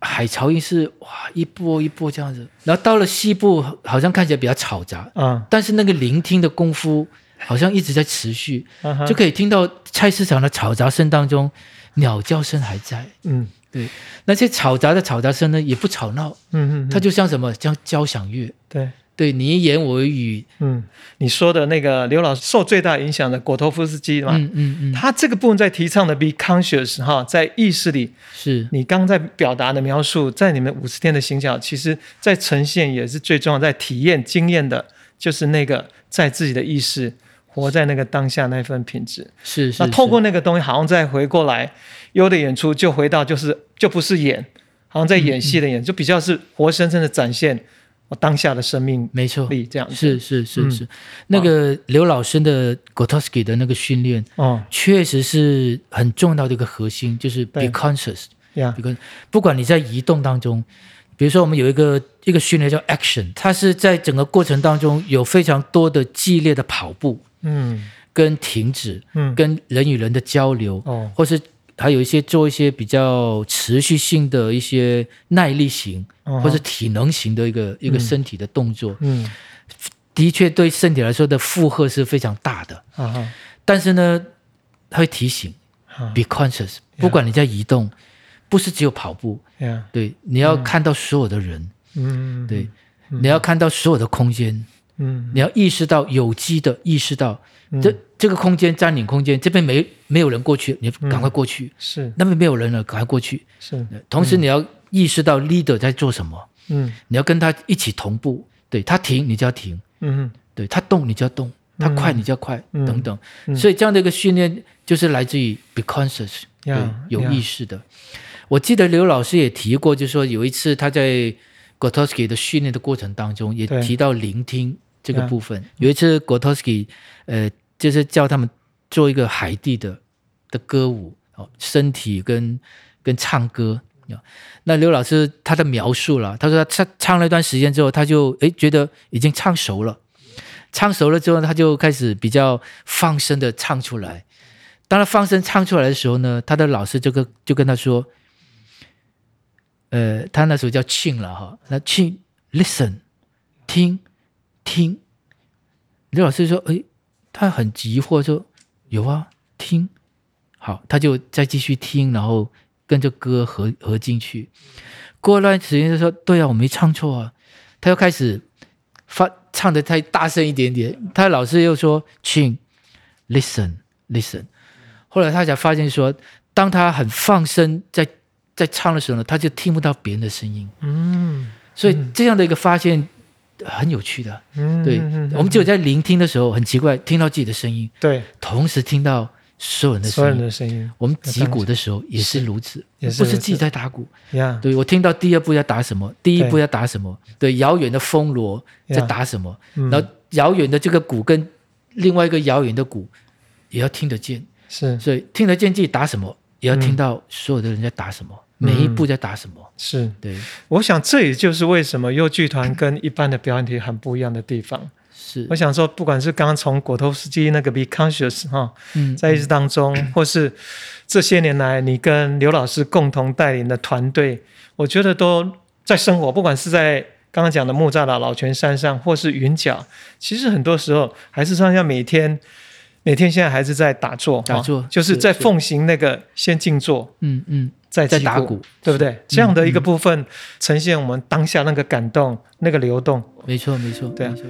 Speaker 1: 海潮音是哇一波一波这样子，然后到了西部好像看起来比较嘈杂，
Speaker 2: 啊，
Speaker 1: 但是那个聆听的功夫好像一直在持续，
Speaker 2: 啊哈
Speaker 1: 就可以听到菜市场的嘈杂声当中，鸟叫声还在。
Speaker 2: 嗯
Speaker 1: 对，那些嘈杂的嘈杂声呢，也不吵闹，
Speaker 2: 嗯嗯，
Speaker 1: 它
Speaker 2: 嗯
Speaker 1: 就像什么，像交响乐。
Speaker 2: 对，
Speaker 1: 对你一言我一语，
Speaker 2: 嗯，你说的那个刘老师受最大影响的果陀夫斯基嘛，
Speaker 1: 嗯嗯嗯，
Speaker 2: 他这个部分在提倡的 be conscious 哈，在意识里，
Speaker 1: 是
Speaker 2: 你刚在表达的描述，在你们五十天的行脚，其实在呈现也是最重要，在体验经验的，就是那个在自己的意识。活在那个当下那份品质，
Speaker 1: 是是。
Speaker 2: 那透
Speaker 1: 是
Speaker 2: 过那个东西，好像再回过来，优的演出就回到就是就不是演，好像在演戏
Speaker 1: 嗯
Speaker 2: 的演，就比较是活生生的展现我当下的生命
Speaker 1: 没错，
Speaker 2: 力这样子。
Speaker 1: 是是是
Speaker 2: 嗯
Speaker 1: 是，那个刘老师的 Gotowski 的那个训练，
Speaker 2: 哦
Speaker 1: 确实是很重要的一个核心，就是 be
Speaker 2: 对
Speaker 1: conscious。
Speaker 2: 呀，
Speaker 1: because 不管你在移动当中，比如说我们有一个一个训练叫 action，它是在整个过程当中有非常多的激烈的跑步、
Speaker 2: 嗯
Speaker 1: 跟停止、
Speaker 2: 嗯
Speaker 1: 跟人与人的交流，
Speaker 2: 哦
Speaker 1: 或是还有一些做一些比较持续性的一些耐力型
Speaker 2: 嗯哼
Speaker 1: 或是体能型的一个一个身体的动作，
Speaker 2: 嗯
Speaker 1: 的确对身体来说的负荷是非常大的。
Speaker 2: 啊哈
Speaker 1: 但是呢，它会提醒
Speaker 2: 啊
Speaker 1: be conscious，不管你在移动，不是只有跑步，
Speaker 2: 呀
Speaker 1: 对，你要看到所有的人，
Speaker 2: 嗯
Speaker 1: 对，你要看到所有的空间，
Speaker 2: 嗯
Speaker 1: 你要意识到有机的意识到这、这个空间占领空间，这边没没有人过去，你赶快过去；
Speaker 2: 是
Speaker 1: 那边没有人了，赶快过去。
Speaker 2: 是
Speaker 1: 同时，你要意识到 leader 在做什么，
Speaker 2: 嗯
Speaker 1: 你要跟他一起同步，对他停你就要停，
Speaker 2: 嗯
Speaker 1: 对他动你就要动，他快你就要快，
Speaker 2: 嗯
Speaker 1: 等等。
Speaker 2: 嗯
Speaker 1: 所以这样的一个训练就是来自于 be conscious，对
Speaker 2: Yeah，
Speaker 1: 有
Speaker 2: yeah
Speaker 1: 意识的。我记得刘老师也提过，就是说有一次他在 Gotowski 的训练的过程当中，也
Speaker 2: 对
Speaker 1: 提到聆听这个
Speaker 2: Yeah
Speaker 1: 部分。有一次 Gotowski 呃，就是叫他们做一个海地的的歌舞哦，身体跟跟唱歌。啊那刘老师他的描述了，他说他唱唱了一段时间之后，他就诶觉得已经唱熟了，唱熟了之后，他就开始比较放声的唱出来。当他放声唱出来的时候呢，他的老师就跟就跟他说，呃，他那时候叫庆了哈，那庆 listen 听听，刘老师说，诶，他很疑惑说：“有啊，听。”好，他就再继续听，然后跟着歌合合进去。过了段时间就说：“对啊，我没唱错啊。”他又开始发唱的太大声一点点，他老师又说请 listen listen。后来他才发现说，当他很放声在在唱的时候呢，他就听不到别人的声音。
Speaker 2: 嗯
Speaker 1: 所以这样的一个发现呃很有趣的。
Speaker 2: 嗯，
Speaker 1: 对
Speaker 2: 嗯，
Speaker 1: 我们只有在聆听的时候，很奇怪，听到自己的声音，
Speaker 2: 对
Speaker 1: 同时听到所有人的
Speaker 2: 所有
Speaker 1: 声
Speaker 2: 人
Speaker 1: 音。
Speaker 2: 的声音
Speaker 1: 我们击鼓的时候也是如此，
Speaker 2: 也是
Speaker 1: 不
Speaker 2: 如此
Speaker 1: 是自己在打鼓。
Speaker 2: 呀，
Speaker 1: 对我听到第二步要打什么，第一步要打什么，对，遥远的风锣在打什么，
Speaker 2: 嗯
Speaker 1: 然后遥远的这个鼓跟另外一个遥远的鼓也要听得见，
Speaker 2: 是
Speaker 1: 所以听得见自己打什么，也要听到所有的人在打什么，
Speaker 2: 嗯
Speaker 1: 每一步在打什么。
Speaker 2: 是，
Speaker 1: 对，
Speaker 2: 我想这也就是为什么优剧团跟一般的表演体很不一样的地方。
Speaker 1: 是
Speaker 2: 我，想说，不管是刚刚从果头斯基那个 Be Conscious 哈、
Speaker 1: 嗯，
Speaker 2: 在意识当中，或是这些年来你跟刘老师共同带领的团队，我觉得都在生活，不管是在刚刚讲的木栅老老泉山上，或是云脚，其实很多时候还是像像每天每天现在还是在打坐，
Speaker 1: 打坐
Speaker 2: 哈就是
Speaker 1: 是
Speaker 2: 在
Speaker 1: 是
Speaker 2: 奉行那个先静坐，
Speaker 1: 嗯嗯，
Speaker 2: 再
Speaker 1: 在
Speaker 2: 击
Speaker 1: 打鼓，
Speaker 2: 对不对？这样的一个部分、呈现我们当下那个感
Speaker 1: 嗯
Speaker 2: 动、那个流动。
Speaker 1: 没错没错，
Speaker 2: 对啊
Speaker 1: 没错。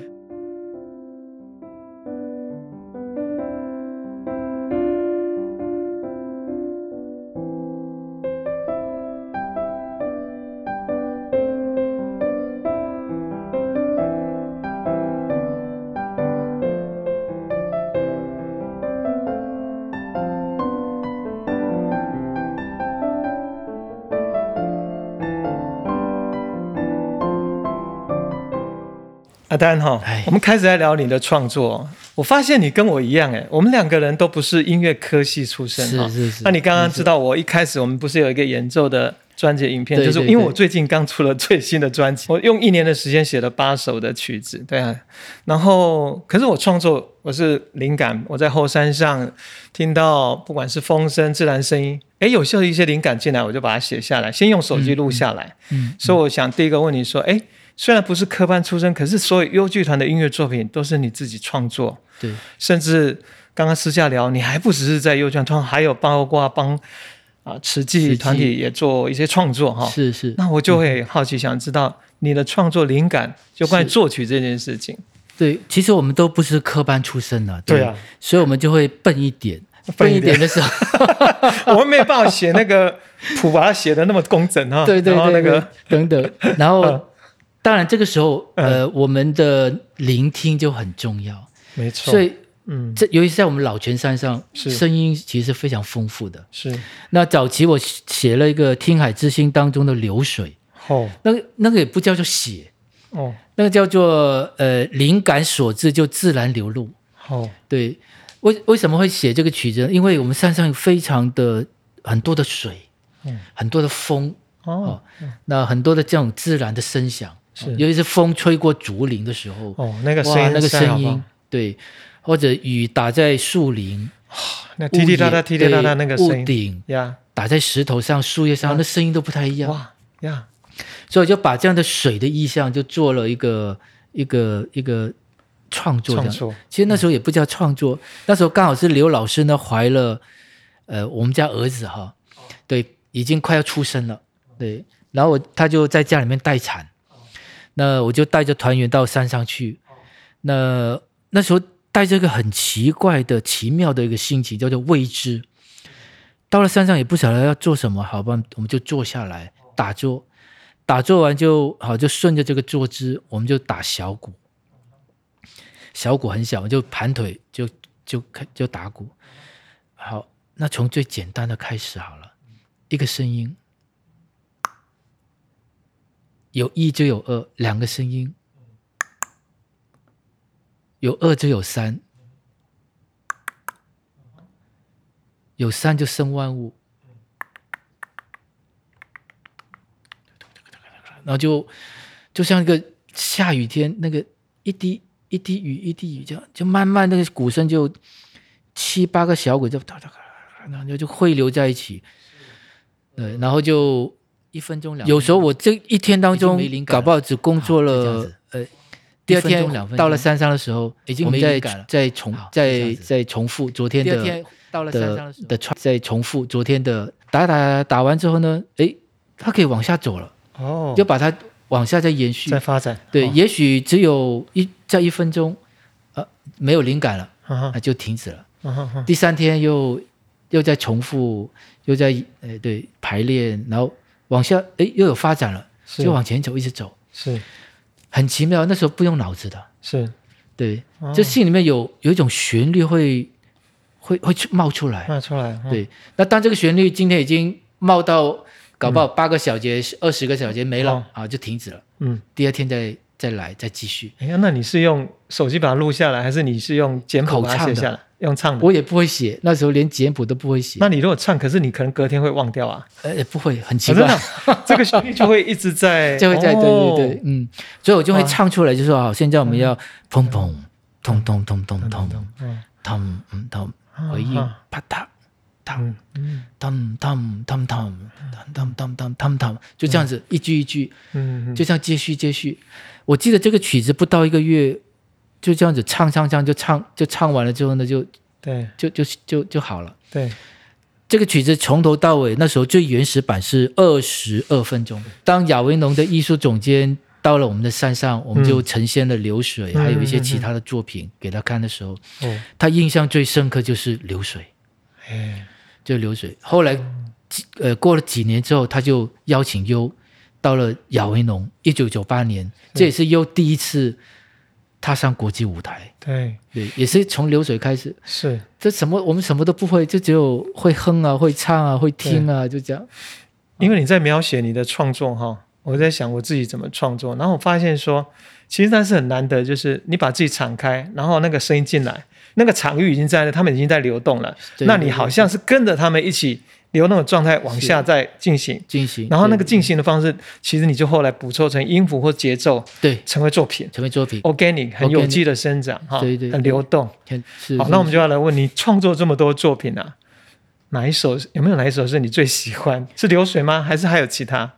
Speaker 2: 阿丹哈
Speaker 1: 哎，
Speaker 2: 我们开始来聊你的创作。我发现你跟我一样，哎，我们两个人都不是音乐科系出身哈
Speaker 1: 是。是是。
Speaker 2: 那你刚刚知道，我一开始我们不是有一个演奏的专辑影片，
Speaker 1: 对
Speaker 2: 就是
Speaker 1: 对
Speaker 2: 因为我
Speaker 1: 对
Speaker 2: 最近刚出了最新的专辑，我用一年的时间写了八首的曲子，对啊。然后，可是我创作，我是灵感，我在后山上听到不管是风声、自然声音，哎，有时候一些灵感进来，我就把它写下来，先用手机录下来。
Speaker 1: 嗯，
Speaker 2: 所以我想第一个问你说，哎，虽然不是科班出身，可是所有优剧团的音乐作品都是你自己创作，
Speaker 1: 对，
Speaker 2: 甚至刚刚私下聊，你还不只是在优剧团创，还有包括帮啊慈
Speaker 1: 慈
Speaker 2: 济
Speaker 1: 济
Speaker 2: 团体也做一些创作哈。
Speaker 1: 是是。
Speaker 2: 那我就会好奇，想知道你的创作灵感就关于
Speaker 1: 是
Speaker 2: 作曲这件事情。
Speaker 1: 对，其实我们都不是科班出身的，
Speaker 2: 对啊，
Speaker 1: 所以我们就会笨一点，
Speaker 2: 笨
Speaker 1: 笨
Speaker 2: 一
Speaker 1: 一点
Speaker 2: 点
Speaker 1: 的 时候，
Speaker 2: 我们没有办法写那个谱，把它写的那么工整 哈。
Speaker 1: 对对
Speaker 2: 然后那
Speaker 1: 对，
Speaker 2: 个
Speaker 1: 对等 等，然
Speaker 2: 嗯
Speaker 1: 后当然这个时候，呃，我们的聆听就很重要，
Speaker 2: 没错，
Speaker 1: 所以
Speaker 2: 嗯
Speaker 1: 这尤其是在我们老泉山上，
Speaker 2: 是
Speaker 1: 声音其实是非常丰富的。
Speaker 2: 是
Speaker 1: 那早期我写了一个《听海之心》当中的流水，
Speaker 2: 哦
Speaker 1: 那个那个也不叫做写，
Speaker 2: 哦
Speaker 1: 那个叫做呃灵感所致就自然流露。
Speaker 2: 哦
Speaker 1: 对，为为什么会写这个曲子呢？因为我们山上有非常的很多的水，
Speaker 2: 嗯
Speaker 1: 很多的风，
Speaker 2: 哦
Speaker 1: 那很多的这种自然的声响，哦
Speaker 2: 是
Speaker 1: 尤其是风吹过竹林的时候，
Speaker 2: 哦，那个声
Speaker 1: 哇，
Speaker 2: 音
Speaker 1: 那个
Speaker 2: 实在好
Speaker 1: 声
Speaker 2: 棒
Speaker 1: 音，对，或者雨打在树林，
Speaker 2: 那滴滴答答、
Speaker 1: 屋
Speaker 2: 滴
Speaker 1: 檐
Speaker 2: 滴答答
Speaker 1: 对
Speaker 2: 那个声
Speaker 1: 屋
Speaker 2: 音
Speaker 1: 顶
Speaker 2: 呀，
Speaker 1: 打在石头上、树叶上，那声音都不太一样。
Speaker 2: 哇呀，
Speaker 1: 所以我就把这样的水的意象就做了一个一个一个创作这
Speaker 2: 创
Speaker 1: 样。
Speaker 2: 作
Speaker 1: 其实那时候也不叫创作，那时候刚好是刘老师呢怀了，呃，我们家儿子哈，对，已经快要出生了，对，然后我他就在家里面待产，那我就带着团员到山上去，那那时候带着一个很奇怪的、奇妙的一个心情，叫做未知。到了山上也不晓得要做什么，好吧，我们就坐下来打坐，打坐完就好，就顺着这个坐姿，我们就打小鼓。小鼓很小，就盘腿就就开就打鼓。好，那从最简单的开始好了，一个声音，有一就有二，两个声音，有二就有三，有三就生万物。然后就就像一个下雨天，那个一滴一滴雨一滴雨，这样就慢慢那个鼓声就七八个小鼓就哒哒哒，然后就汇流在一起，对，然后就
Speaker 3: 嗯一分钟两分钟。
Speaker 1: 有时候我这一天当
Speaker 3: 已
Speaker 1: 中
Speaker 3: 经没灵感了
Speaker 1: 搞
Speaker 3: 啊
Speaker 1: 不好只工作
Speaker 3: 好就这样
Speaker 1: 了
Speaker 3: 子
Speaker 1: 呃第二
Speaker 3: 一分钟两分
Speaker 1: 天
Speaker 3: 钟
Speaker 1: 到了山上的时候，
Speaker 3: 已经
Speaker 1: 我
Speaker 3: 没
Speaker 1: 们
Speaker 3: 灵
Speaker 1: 再
Speaker 3: 感了。
Speaker 1: 再重
Speaker 3: 好就这
Speaker 1: 再
Speaker 3: 样子
Speaker 1: 再重复昨天
Speaker 3: 第
Speaker 1: 的
Speaker 3: 二天到了山上的时候，
Speaker 1: 的串，再重复昨天的打打打完之后呢，诶，它可以往下走了，
Speaker 2: 哦，
Speaker 1: 就把它往下再延续
Speaker 2: 在。发展，
Speaker 1: 对，
Speaker 2: 哦
Speaker 1: 也许只有一在一分钟，呃，没有灵感了，
Speaker 2: 嗯哼
Speaker 1: 那就停止了。
Speaker 2: 嗯哼嗯
Speaker 1: 第三天又又在重复，又在呃对排练，然后往下诶又有发展了，
Speaker 2: 是
Speaker 1: 就往前走，一直走，
Speaker 2: 是
Speaker 1: 很奇妙。那时候不用脑子的，
Speaker 2: 是，
Speaker 1: 对，
Speaker 2: 哦
Speaker 1: 就心里面有有一种旋律会会会去冒出来。
Speaker 2: 看得出来，嗯，
Speaker 1: 哎对，那当这个旋律今天已经冒到搞不好八个小节、二十、个小节没了、
Speaker 2: 哦
Speaker 1: 啊，就停止了。
Speaker 2: 嗯，
Speaker 1: 第二天再再来再继续。
Speaker 2: 哎呀，那你是用手机把它录下来，还是你是用简谱
Speaker 1: 口
Speaker 2: 把它
Speaker 1: 唱
Speaker 2: 写
Speaker 1: 的
Speaker 2: 下来？用唱的？
Speaker 1: 我也不会写，那时候连简谱都不会写，
Speaker 2: 那你如果唱，可是你可能隔天会忘掉啊，
Speaker 1: 呃不会，很奇
Speaker 2: 真的
Speaker 1: 怪，
Speaker 2: 啊， 这个旋律就会一直 在，
Speaker 1: 就会在、
Speaker 2: 哦
Speaker 1: 对对对，嗯，所以我就会
Speaker 2: 哇
Speaker 1: 唱出来，就说啊，现在我们要砰砰咚咚咚咚
Speaker 2: 嗯
Speaker 1: 咚
Speaker 2: 嗯嗯
Speaker 1: 咚嗯咚
Speaker 2: 嗯
Speaker 1: 回应
Speaker 2: 嗯
Speaker 1: 啪嗒嗒
Speaker 2: 嗯嗯
Speaker 1: 咚咚咚咚咚咚咚咚咚，就这样子一句一句，
Speaker 2: 嗯，嗯
Speaker 1: 就这样接续接续。我记得这个曲子不到一个月，就这样子唱唱唱就唱就唱完了之后呢，就
Speaker 2: 对
Speaker 1: 就就就就好了。
Speaker 2: 对，
Speaker 1: 这个曲子从头到尾，那时候最原始版是二十二分钟。当亚维农的艺术总监到了我们的山上，我们就呈现了流水，
Speaker 2: 嗯
Speaker 1: 还有一些其他的作品给他看的时候，
Speaker 2: 哦，
Speaker 1: 他印象最深刻就是流水，
Speaker 2: 哎，
Speaker 1: 就流水。后来几呃过了几年之后，他就邀请优到了亚维农，一九九八年，这也是优第一次踏上国际舞台，
Speaker 2: 对，
Speaker 1: 对，也是从流水开始。
Speaker 2: 是
Speaker 1: 这什么我们什么都不会，就只有会哼啊、会唱啊、会听啊，就这样。
Speaker 2: 因为你在描写你的创作哈，我在想我自己怎么创作，然后我发现说，其实那是很难得，就是你把自己敞开，然后那个声音进来，那个场域已经在了，他们已经在流动了，
Speaker 1: 对
Speaker 2: 那你好像是跟着他们一起流动的状态往下再进行，
Speaker 1: 进行，
Speaker 2: 然后那个
Speaker 1: 对
Speaker 2: 进行的方式，其实你就后来捕捉成音符或节奏，
Speaker 1: 对
Speaker 2: 成为作品
Speaker 1: 成为作品，
Speaker 2: 哦，organic 很有机的生长哈，
Speaker 1: 对对
Speaker 2: 很流动。
Speaker 1: 看是
Speaker 2: 好，那我们就要来问你，创作这么多作品啊，哪一首有没有哪一首是你最喜欢？是流水吗？还是还有其他？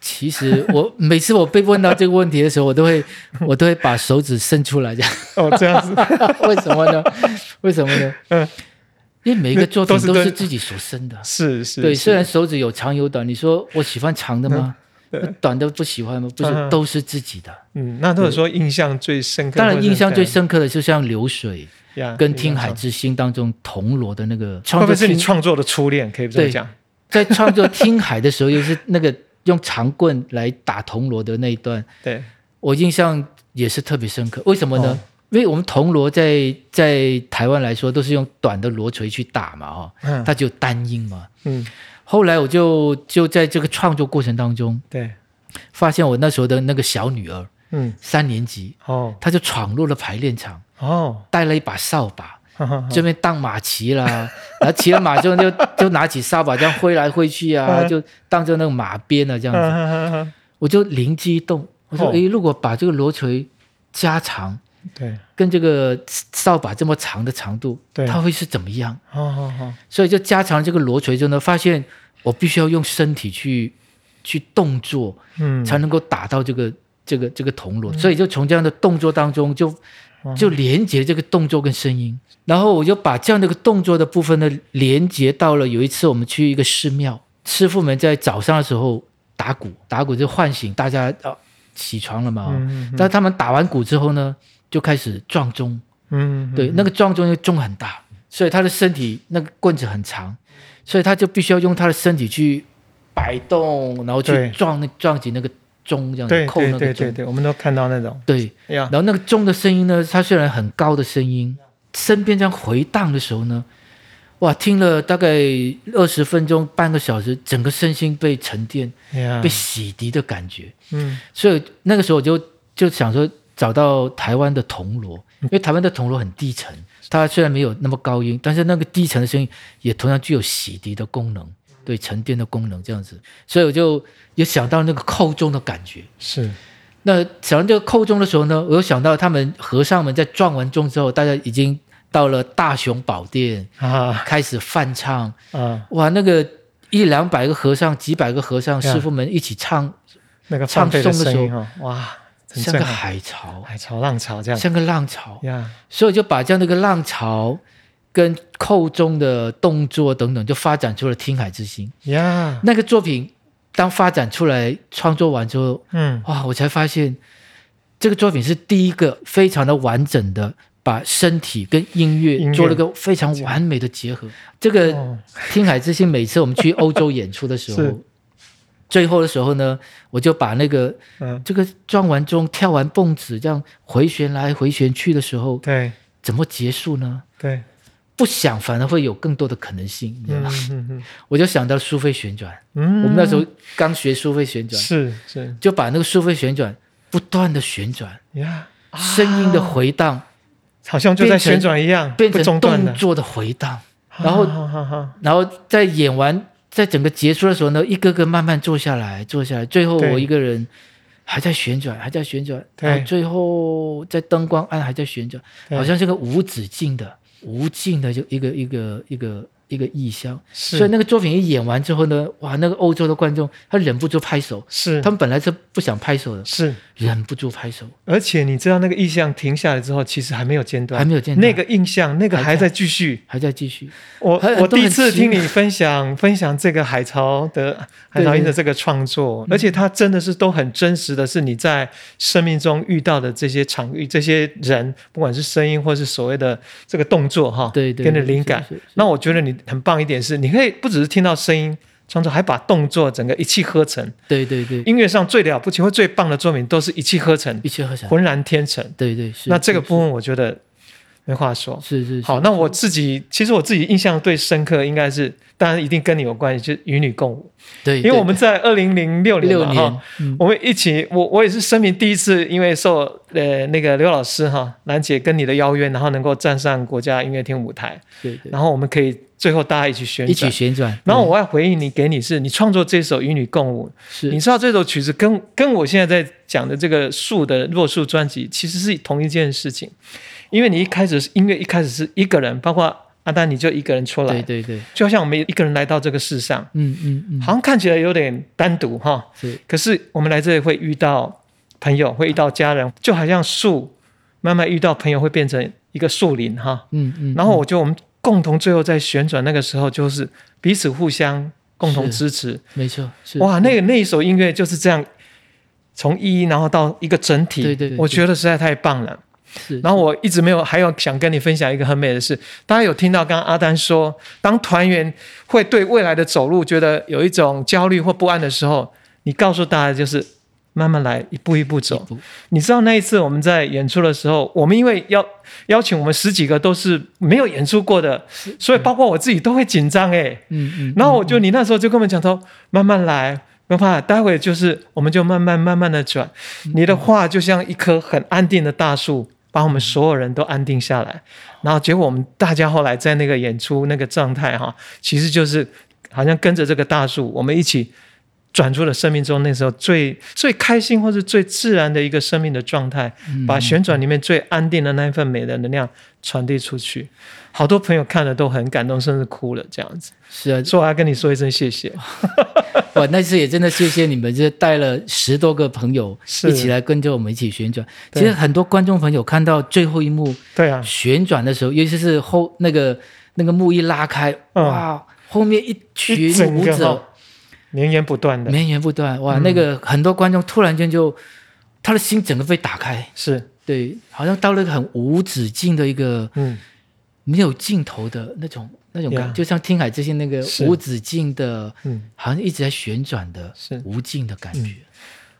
Speaker 1: 其实我 每次我被问到这个问题的时候，我都会我都会把手指伸出来，这样
Speaker 2: 哦，这样子，
Speaker 1: 为什么 呢？为什么呢？
Speaker 2: 嗯
Speaker 1: 因为每一个作品
Speaker 2: 都是
Speaker 1: 都
Speaker 2: 跟
Speaker 1: 是自己所生的，
Speaker 2: 是是，
Speaker 1: 对，
Speaker 2: 是
Speaker 1: 虽然手指有长有短，你说我喜欢长的吗？
Speaker 2: 对
Speaker 1: 那短的不喜欢吗？不
Speaker 2: 嗯
Speaker 1: 是，都是自己的。
Speaker 2: 嗯，那如果说印象最深刻，
Speaker 1: 当然，印象最
Speaker 2: 深
Speaker 1: 深刻的就像流水
Speaker 2: 嗯
Speaker 1: 跟《听海之心》当中铜锣的那个
Speaker 2: 会
Speaker 1: 创
Speaker 2: 哦
Speaker 1: 作
Speaker 2: 不会是你
Speaker 1: 听，
Speaker 2: 创作的初恋？可以这么
Speaker 1: 对
Speaker 2: 讲？
Speaker 1: 在创作《听海》的时候，又是那个用长棍来打铜锣的那一段，
Speaker 2: 对，
Speaker 1: 我印象也是特别深刻。为什么呢？
Speaker 2: 哦
Speaker 1: 因为我们铜锣在在台湾来说都是用短的锣锤去打嘛，哈、
Speaker 2: 嗯
Speaker 1: 它只有单音嘛。
Speaker 2: 嗯，
Speaker 1: 后来我就就在这个创作过程当中，
Speaker 2: 对，
Speaker 1: 发现我那时候的那个小女儿
Speaker 2: 嗯，
Speaker 1: 三年级，
Speaker 2: 哦
Speaker 1: 她就闯入了排练场，
Speaker 2: 哦，
Speaker 1: 带了一把扫把，
Speaker 2: 哈哈哈
Speaker 1: 这边当马骑啦， 然后骑了马之后就就拿起扫把这样挥来挥去啊，
Speaker 2: 嗯
Speaker 1: 就当着那个马鞭啊这样子。
Speaker 2: 哈哈哈
Speaker 1: 我就灵机一动，我说：“
Speaker 2: 哦
Speaker 1: 诶，如果把这个罗锤加长，
Speaker 2: 对，
Speaker 1: 跟这个扫把这么长的长度，
Speaker 2: 对
Speaker 1: 它会是怎么样
Speaker 2: 好好好，？”
Speaker 1: 所以就加长这个罗锤之后呢，发现我必须要用身体去去动作，
Speaker 2: 嗯，
Speaker 1: 才能够打到这个、这个这个铜锣。所以就从这样的动作当中就，就
Speaker 2: 哦
Speaker 1: 连接这个动作跟声音，然后我就把这样的一个动作的部分呢，连接到了有一次我们去一个寺庙，师傅们在早上的时候打鼓，打鼓就唤醒大家啊起床了嘛、哦。
Speaker 2: 嗯嗯
Speaker 1: 但他们打完鼓之后呢，就开始撞钟，
Speaker 2: 嗯，嗯
Speaker 1: 对，，那个撞钟又钟很大，所以他的身体那个棍子很长，所以他就必须要用他的身体去摆动，然后
Speaker 2: 对
Speaker 1: 去撞那撞击那个钟，这样
Speaker 2: 嗯对
Speaker 1: 子扣
Speaker 2: 对
Speaker 1: 那
Speaker 2: 对
Speaker 1: 个
Speaker 2: 对
Speaker 1: 钟。
Speaker 2: 对，我们都看到那种，
Speaker 1: 对，
Speaker 2: 哎呀
Speaker 1: 然，后那个钟的声音呢，它虽然很高的声音，身边这样回荡的时候呢，哇，听了大概二十分钟、半个小时，整个身心被沉淀、
Speaker 2: 哎呀
Speaker 1: 被，洗涤的感觉。
Speaker 2: 嗯，
Speaker 1: 所以那个时候我就就想说找到台湾的铜锣，因为台湾的铜锣很低沉，它虽然没有那么高音，但是那个低沉的声音也同样具有洗涤的功能，对沉淀的功能这样子。所以我就也想到那个扣钟的感觉。
Speaker 2: 是，
Speaker 1: 那想到这个扣钟的时候呢，我又想到他们和尚们在撞完钟之后，大家已经到了大雄宝殿，
Speaker 2: 啊
Speaker 1: 开始梵唱，
Speaker 2: 啊，
Speaker 1: 哇，那个一两百个和尚、几百个和尚、
Speaker 2: 对啊
Speaker 1: 师傅们一起唱
Speaker 2: 那个
Speaker 1: 唱
Speaker 2: 放飞的
Speaker 1: 诵的
Speaker 2: 声哦
Speaker 1: 时候
Speaker 2: 音哈，哇，很
Speaker 1: 像个
Speaker 2: 震撼
Speaker 1: 海潮，
Speaker 2: 海潮浪潮这样
Speaker 1: 像个浪潮，
Speaker 2: 呀，
Speaker 1: 所以就把这样的一个浪潮跟扣钟的动作等等，就发展出了《听海之心》
Speaker 2: 呀，
Speaker 1: 那个作品。当发展出来、创作完之后，
Speaker 2: 嗯
Speaker 1: 哇，我才发现这个作品是第一个非常的完整的把身体跟音
Speaker 2: 音
Speaker 1: 乐
Speaker 2: 乐
Speaker 1: 做了一个非常完美的结合。这个
Speaker 2: 哦
Speaker 1: 《听海之心》，每次我们去欧洲演出的时
Speaker 2: 是
Speaker 1: 候，最后的时候呢，我就把那个
Speaker 2: 嗯，
Speaker 1: 这个转完钟、跳完蹦子这样回旋来回旋去的时候，
Speaker 2: 对
Speaker 1: 怎么结束呢？
Speaker 2: 对，
Speaker 1: 不想反而会有更多的可能性，你知道
Speaker 2: 嗯
Speaker 1: 吗？
Speaker 2: 嗯嗯
Speaker 1: 我就想到苏菲旋转，
Speaker 2: 嗯，
Speaker 1: 我们那时候刚学苏菲旋转，
Speaker 2: 是是
Speaker 1: 就把那个苏菲旋转不断的旋转，
Speaker 2: 呀，啊
Speaker 1: 声音的回荡
Speaker 2: 好像就在
Speaker 1: 变成
Speaker 2: 旋转一样，
Speaker 1: 变
Speaker 2: 不中
Speaker 1: 成
Speaker 2: 断
Speaker 1: 动
Speaker 2: 的，啊
Speaker 1: 作的回荡，然后
Speaker 2: 哈哈哈，
Speaker 1: 然后在演完，在整个结束的时候呢，一个个慢慢坐下来，坐下来，最后
Speaker 2: 对
Speaker 1: 我一个人还在旋转，还在旋转，
Speaker 2: 对
Speaker 1: 然后最后在灯光暗还在旋转，
Speaker 2: 对
Speaker 1: 好像是个无止境的、无尽的就一个一个一个一个意象。
Speaker 2: 是
Speaker 1: 所以那个作品一演完之后呢，哇，那个欧洲的观众他忍不住拍手，
Speaker 2: 是
Speaker 1: 他们本来是不想拍手的，
Speaker 2: 是，
Speaker 1: 忍不住拍手，
Speaker 2: 而且你知道那个意象停下来之后，其实还没有间断，
Speaker 1: 还没有见到
Speaker 2: 那个印象，那个还在继续。
Speaker 1: 还在继续。
Speaker 2: 我
Speaker 1: 还
Speaker 2: 我
Speaker 1: 都
Speaker 2: 第
Speaker 1: 很
Speaker 2: 一次
Speaker 1: 奇
Speaker 2: 听
Speaker 1: 妙
Speaker 2: 你分享 分享这个海潮的海
Speaker 1: 对
Speaker 2: 潮音
Speaker 1: 对嗯
Speaker 2: 的这个创作，而且它真的是都很真实的，是你在生命中遇到的这些场域、这些人，不管是声音或是所谓的这个动作哈，
Speaker 1: 对对，
Speaker 2: 给你
Speaker 1: 对
Speaker 2: 灵感。
Speaker 1: 是是是
Speaker 2: 那我觉得你很棒一点是，你可以不只是听到声音创作，还把动作整个一气呵成。
Speaker 1: 对对对，
Speaker 2: 音乐上最了不起或最棒的作品，都是一气呵成，
Speaker 1: 一气呵成。
Speaker 2: 浑然天成。
Speaker 1: 对对是。
Speaker 2: 那这个
Speaker 1: 是
Speaker 2: 部分，我觉得没话说。
Speaker 1: 是是是
Speaker 2: 好，那我自己其实我自己印象最深刻应该是，当然一定跟你有关系，就是与你共舞，
Speaker 1: 对，
Speaker 2: 因为我们在二零零六年
Speaker 1: 六
Speaker 2: 嘛
Speaker 1: 年
Speaker 2: 哈，，
Speaker 1: 嗯
Speaker 2: 我们一起，我我也是生平第一次，因为受呃那个刘老师哈兰姐跟你的邀约，然后能够站上国家音乐厅舞台，
Speaker 1: 对对，
Speaker 2: 然后我们可以最后大家一起旋
Speaker 1: 一起
Speaker 2: 转。
Speaker 1: 旋转，
Speaker 2: 然后我要回应你，给你是你创作这首《与你共舞》，
Speaker 1: 是
Speaker 2: 你知道这首曲子跟跟我现在在讲的这个树的落树专辑其实是同一件事情，因为你一开始是音乐一开始是一个人，包括阿丹你就一个人出来，
Speaker 1: 对对对，
Speaker 2: 就好像我们一个人来到这个世上，
Speaker 1: 嗯嗯嗯，
Speaker 2: 好，像看起来有点单独哈，
Speaker 1: 是
Speaker 2: 可是我们来这里会遇到朋友，会遇到家人，就好像树慢慢遇到朋友会变成一个树林哈，
Speaker 1: 嗯嗯，
Speaker 2: 然后我觉得我们共同最后在旋转那个时候就是彼此互相共同
Speaker 1: 是
Speaker 2: 支持。
Speaker 1: 嗯没错，是
Speaker 2: 哇，那个那一首音乐就是这样，从一然后到一个整体，
Speaker 1: 对对对
Speaker 2: 我觉得实在太棒了。
Speaker 1: 是
Speaker 2: 然后我一直没有，还有想跟你分享一个很美的事，大家有听到刚刚阿丹说，当团员会对未来的走路觉得有一种焦虑或不安的时候，你告诉大家就是慢慢来，一步一步走。
Speaker 1: 走，
Speaker 2: 你知道那一次我们在演出的时候，我们因为邀邀请我们十几个都是没有演出过的，所以包括我自己都会紧张哎、
Speaker 1: 嗯嗯，
Speaker 2: 然后我就你那时候就跟我们讲说，慢慢来，不怕，待会就是我们就慢慢慢慢的转。
Speaker 1: 嗯
Speaker 2: 你的话就像一棵很安定的大树，把我们所有人都安定下来。然后结果我们大家后来在那个演出那个状态哈，其实就是好像跟着这个大树，我们一起。转出了生命中那时候最最开心或是最自然的一个生命的状态，
Speaker 1: 嗯
Speaker 2: 把旋转里面最安定的那一份美的能量传递出去，好多朋友看了都很感动，甚至哭了这样子。
Speaker 1: 是啊，
Speaker 2: 所以我要跟你说一声谢谢。
Speaker 1: 哇，那次也真的谢谢你们，就是带了十多个朋友
Speaker 2: 是
Speaker 1: 一起来跟着我们一起旋转。
Speaker 2: 对
Speaker 1: 其实很多观众朋友看到最后一幕
Speaker 2: 对啊，
Speaker 1: 旋转的时候，尤其是后那个那个幕一拉开，
Speaker 2: 嗯
Speaker 1: 哇，后面一群
Speaker 2: 一整个嗯
Speaker 1: 舞者
Speaker 2: 哈。绵延不断的，
Speaker 1: 绵延不断，哇，那个很多观众突然间就他的心整个被打开，
Speaker 2: 是，
Speaker 1: 对，好像到了一个很无止境的一个
Speaker 2: 嗯，
Speaker 1: 没有尽头的那种那种感
Speaker 2: Yeah
Speaker 1: 觉，就像听海之心那个
Speaker 2: 是
Speaker 1: 无止境的，
Speaker 2: 嗯
Speaker 1: 好像一直在旋转的
Speaker 2: 是
Speaker 1: 无尽的感觉，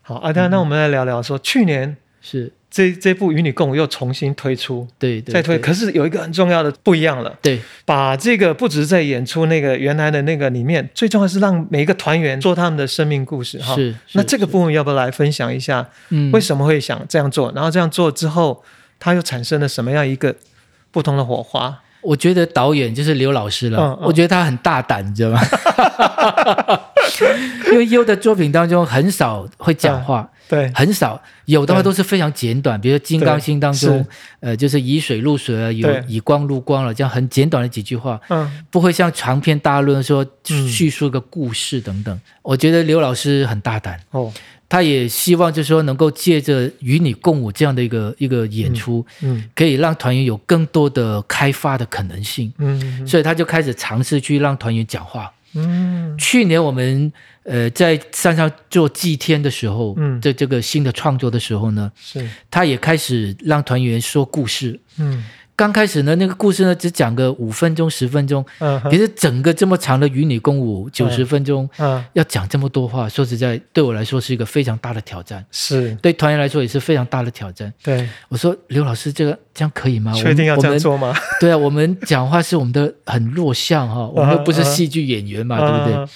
Speaker 2: 好，阿、啊、
Speaker 1: 嗯
Speaker 2: 丹，那我们来聊聊说，去年
Speaker 1: 是
Speaker 2: 这这部《与你共舞》又重新推出，
Speaker 1: 对对
Speaker 2: 再推，
Speaker 1: 对
Speaker 2: 可是有一个很重要的不一样了，
Speaker 1: 对
Speaker 2: 把这个不只是在演出那个原来的那个里面，最重要是让每一个团员做他们的生命故事哈。
Speaker 1: 是，
Speaker 2: 那
Speaker 1: 是
Speaker 2: 这个部分要不要来分享一下，
Speaker 1: 嗯
Speaker 2: 为什么会想这样做？然后这样做之后，它又产生了什么样一个不同的火花？
Speaker 1: 我觉得导演就是刘老师了，
Speaker 2: 嗯嗯
Speaker 1: 我觉得他很大胆，你知道吗？ 因为优的作品当中很少会讲话，
Speaker 2: 啊 对，
Speaker 1: 很少有的话
Speaker 2: 对
Speaker 1: 都是非常简短，比如说《金刚经》当
Speaker 2: 是
Speaker 1: 中，呃，就是以水入水啊，以
Speaker 2: 对
Speaker 1: 以光入光了，这样很简短的几句话，
Speaker 2: 嗯，
Speaker 1: 不会像长篇大论说
Speaker 2: 嗯
Speaker 1: 叙述个故事等等。我觉得刘老师很大胆，
Speaker 2: 哦，
Speaker 1: 他也希望就是说能够借着与你共舞这样的一个一个演出，
Speaker 2: 嗯
Speaker 1: 可以让团员有更多的开发的可能性，
Speaker 2: 嗯
Speaker 1: 所以他就开始尝试去让团员讲话。
Speaker 2: 嗯
Speaker 1: 去年我们呃在山上做祭天的时候，
Speaker 2: 嗯
Speaker 1: 在这个新的创作的时候呢，
Speaker 2: 是
Speaker 1: 他也开始让团员说故事。
Speaker 2: 嗯
Speaker 1: 刚开始呢，那个故事呢只讲个五分钟、十分钟，
Speaker 2: 嗯
Speaker 1: 可是整个这么长的与你共舞九十分钟，
Speaker 2: 嗯
Speaker 1: 要讲这么多话，说实在对我来说是一个非常大的挑战，
Speaker 2: 是
Speaker 1: 对团员来说也是非常大的挑战。
Speaker 2: 对，
Speaker 1: 我说刘老师，这个这样可以吗？我
Speaker 2: 确
Speaker 1: 们
Speaker 2: 定要这
Speaker 1: 我
Speaker 2: 样
Speaker 1: 们
Speaker 2: 做吗？
Speaker 1: 对啊，我们讲话是我们的很弱项哈、我们又不是戏剧演员
Speaker 2: 啊
Speaker 1: 嘛，对不对？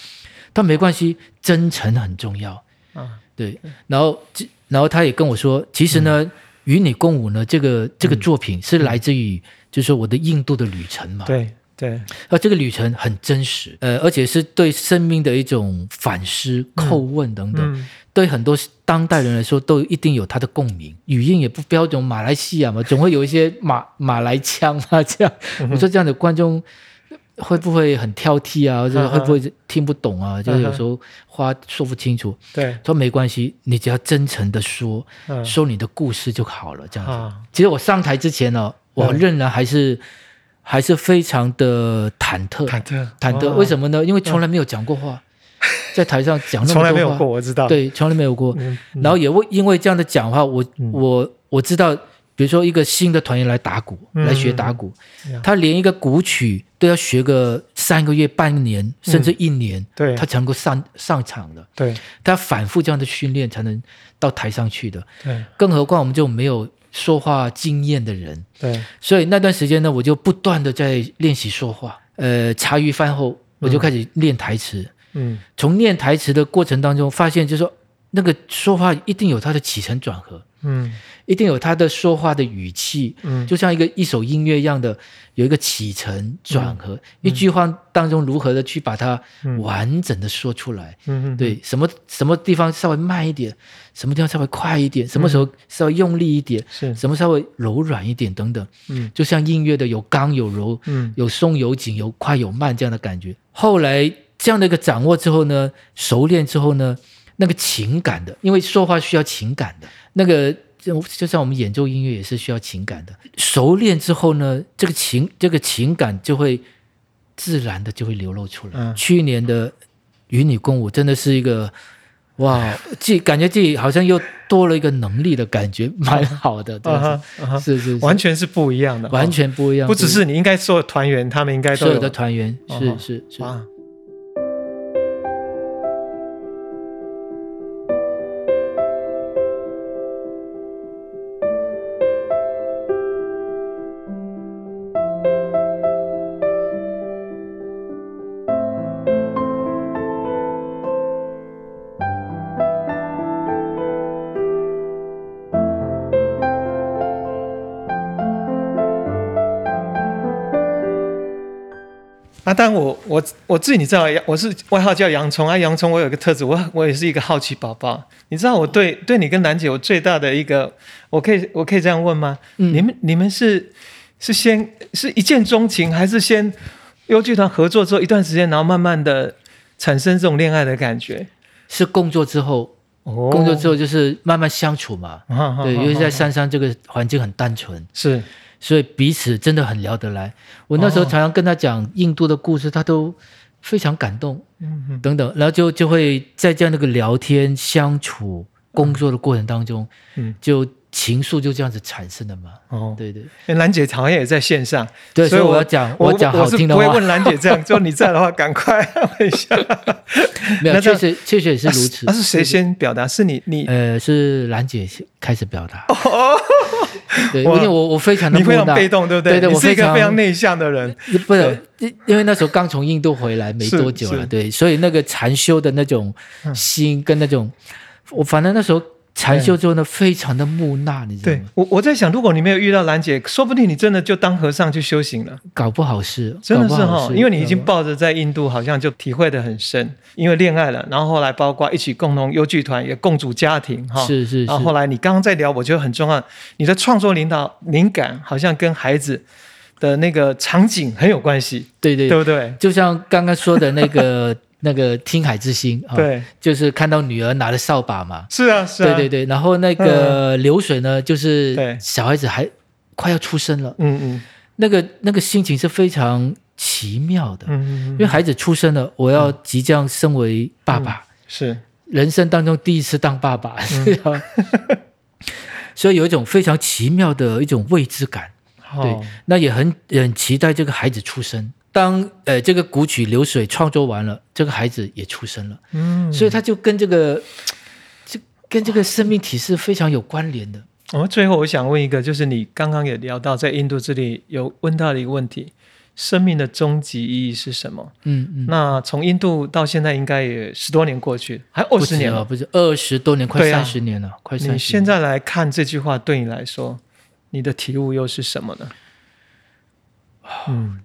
Speaker 1: 但没关系，真诚很重要。
Speaker 2: 对？啊，
Speaker 1: 对，然后这然后他也跟我说，其实呢，与你共舞呢，这个这个作品是来自于就是说我的印度的旅程嘛。
Speaker 2: 对对，
Speaker 1: 而这个旅程很真实，呃，而且是对生命的一种反思、叩问等等，
Speaker 2: 嗯
Speaker 1: 对很多当代人来说都一定有它的共鸣。语音也不标准，马来西亚嘛，总会有一些马马来腔啊，这样，
Speaker 2: 嗯
Speaker 1: 我说这样的观众。会不会很挑剔啊？或者
Speaker 2: 嗯哼
Speaker 1: 会不会听不懂啊？就是有
Speaker 2: 嗯哼
Speaker 1: 时候话说不清楚。
Speaker 2: 对，
Speaker 1: 说没关系，你只要真诚的说，
Speaker 2: 嗯
Speaker 1: 说你的故事就好了，这样子。
Speaker 2: 啊
Speaker 1: 其实我上台之前呢、
Speaker 2: 嗯
Speaker 1: 我仍然还是、还是非常的忐忑，
Speaker 2: 忐忑
Speaker 1: 忐忑。
Speaker 2: 哦
Speaker 1: 为什么呢？因为从来没有讲过话，在台上讲那么多话，
Speaker 2: 从来没有过，我知道。，
Speaker 1: 对，从来没有过。
Speaker 2: 嗯
Speaker 1: 然后也为因为这样的讲话，我、我我知道，比如说一个新的团员来打鼓，
Speaker 2: 嗯
Speaker 1: 来学打鼓，
Speaker 2: 嗯
Speaker 1: 他连一个鼓曲都要学个三个月、半年，甚至一年，
Speaker 2: 嗯对
Speaker 1: 他才能够上上场的。
Speaker 2: 对
Speaker 1: 他反复这样的训练才能到台上去的。
Speaker 2: 对
Speaker 1: 更何况我们这种没有说话经验的人，
Speaker 2: 对，
Speaker 1: 所以那段时间呢，我就不断的在练习说话。呃，茶余饭后我就开始练台词。
Speaker 2: 嗯
Speaker 1: 从练台词的过程当中，发现就是说哦那个说话一定有它的起承转合，
Speaker 2: 嗯
Speaker 1: 一定有它的说话的语气，
Speaker 2: 嗯，
Speaker 1: 就像一个一首音乐一样的，有一个起承转合，一句话当中如何的去把它完整的说出来。
Speaker 2: 嗯嗯
Speaker 1: 对，什么什么地方稍微慢一点，什么地方稍微快一点，什么时候稍微用力一点，
Speaker 2: 是
Speaker 1: 什么稍微柔软一点等等。
Speaker 2: 嗯
Speaker 1: 就像音乐的有刚有柔，
Speaker 2: 嗯
Speaker 1: 有松有紧，有快有慢这样的感觉。后来这样的一个掌握之后呢，熟练之后呢，那个情感的，因为说话需要情感的，那个就就像我们演奏音乐也是需要情感的。熟练之后呢，这个情这个情感就会自然的就会流露出来。
Speaker 2: 嗯
Speaker 1: 去年的与你共舞真的是一个。哇，自己感觉自己好像又多了一个能力的感觉，蛮好的，对
Speaker 2: 啊
Speaker 1: 吧
Speaker 2: 哈？啊哈，
Speaker 1: 是是是，
Speaker 2: 完全是不一样的，
Speaker 1: 完全不一样，
Speaker 2: 不只是你应该所有团员，他们应该都
Speaker 1: 所有
Speaker 2: 有
Speaker 1: 的团员，
Speaker 2: 哦
Speaker 1: 是是是，
Speaker 2: 啊。啊，但我我我自己你知道，我是外号叫洋葱啊。洋葱，我有个特质，我我也是一个好奇宝宝。你知道我对对你跟兰姐，我最大的一个，我可以我可以这样问吗？
Speaker 1: 嗯
Speaker 2: 你们你们是是先是一见钟情，还是先优剧团合作之后一段时间，然后慢慢的产生这种恋爱的感觉？
Speaker 1: 是工作之后，
Speaker 2: 哦
Speaker 1: 工作之后就是慢慢相处嘛。
Speaker 2: 啊
Speaker 1: 对，尤其在
Speaker 2: 在
Speaker 1: 山上这个环境很单纯，
Speaker 2: 是
Speaker 1: 所以彼此真的很聊得来。我那时候
Speaker 2: 哦
Speaker 1: 常常跟他讲印度的故事，他都非常感动，
Speaker 2: 嗯嗯
Speaker 1: 等等。然后就就会在这样的一个聊天、相处、工作的过程当中，
Speaker 2: 嗯
Speaker 1: 就情愫就这样子产生的嘛。
Speaker 2: 哦，
Speaker 1: 对 对
Speaker 2: 诶兰姐好像也在线上，
Speaker 1: 对，所
Speaker 2: 所以
Speaker 1: 以
Speaker 2: 我
Speaker 1: 我要讲，
Speaker 2: 我
Speaker 1: 讲好
Speaker 2: 是
Speaker 1: 听的
Speaker 2: 不会
Speaker 1: 话，
Speaker 2: 问兰姐这样，就你在的话，赶快问一下。
Speaker 1: 没有，
Speaker 2: 那这
Speaker 1: 确实
Speaker 2: 样
Speaker 1: 确实也是
Speaker 2: 啊
Speaker 1: 如此
Speaker 2: 啊，。是谁先表达？是你你
Speaker 1: 呃，是兰姐先开始表达。对，因为我我非常的
Speaker 2: 哦你非常
Speaker 1: 木讷
Speaker 2: 被动，对不
Speaker 1: 对
Speaker 2: 对你
Speaker 1: 我
Speaker 2: 是一个
Speaker 1: 常嗯
Speaker 2: 非常内向的人。
Speaker 1: 不是，因因为那时候刚从印度回来没
Speaker 2: 是
Speaker 1: 多久了，
Speaker 2: 是
Speaker 1: 对，所以那个禅修的那种心跟那种，我反正那时候禅修之后呢，非常的木讷，你知道
Speaker 2: 对
Speaker 1: 吗？
Speaker 2: 我，我在想，如果你没有遇到兰姐，说不定你真的就当和尚去修行了，
Speaker 1: 搞不好是，
Speaker 2: 真的
Speaker 1: 搞
Speaker 2: 是
Speaker 1: 不
Speaker 2: 哈、
Speaker 1: 好是嗯
Speaker 2: 因为你已经
Speaker 1: 搞不好
Speaker 2: 抱着在印度，好像就体会的很深，因为恋爱了，然后后来包括一起共同优剧团，也共组家庭哈。
Speaker 1: 是是
Speaker 2: 然后
Speaker 1: 是
Speaker 2: 后来你刚刚在聊，我觉得很重要，你的创作领导灵感好像跟孩子的那个场景很有关系，
Speaker 1: 对对
Speaker 2: 对，不对？
Speaker 1: 就像刚刚说的那个 那个听海之星啊，
Speaker 2: 对，
Speaker 1: 就是看到女儿拿着扫把嘛，
Speaker 2: 是啊，是
Speaker 1: 对
Speaker 2: 啊，
Speaker 1: 对
Speaker 2: 对，
Speaker 1: 对，然后那个流水呢，就是
Speaker 2: 对
Speaker 1: 小孩子还快要出生了，
Speaker 2: 嗯嗯
Speaker 1: 那个那个心情是非常奇妙的，
Speaker 2: 嗯嗯
Speaker 1: 因为
Speaker 2: 嗯，
Speaker 1: 孩子出生了，我要即将身为爸爸，
Speaker 2: 是，
Speaker 1: 人生当中第一次当爸爸，
Speaker 2: 嗯
Speaker 1: 是啊，所以有一种非常奇妙的一种未知感。对
Speaker 2: 好，，
Speaker 1: 那也很很期待这个孩子出生。当呃这个古曲流水创作完了，这个孩子也出生了，
Speaker 2: 嗯，
Speaker 1: 所以他就跟这个这跟这个生命体是非常有关联的。
Speaker 2: 我、哦最后我想问一个，就是你刚刚也聊到在印度这里有问到的一个问题：生命的终极意义是什么？
Speaker 1: 嗯嗯，
Speaker 2: 那从印度到现在应该也十多年过去，还二
Speaker 1: 不
Speaker 2: 十
Speaker 1: 止
Speaker 2: 年
Speaker 1: 了，
Speaker 2: 了。
Speaker 1: 不是二十多年，快
Speaker 2: 对啊
Speaker 1: 三十年了，快三
Speaker 2: 你
Speaker 1: 十年
Speaker 2: 现。在来看这句话，对你来说，你的体悟又是什么呢？嗯，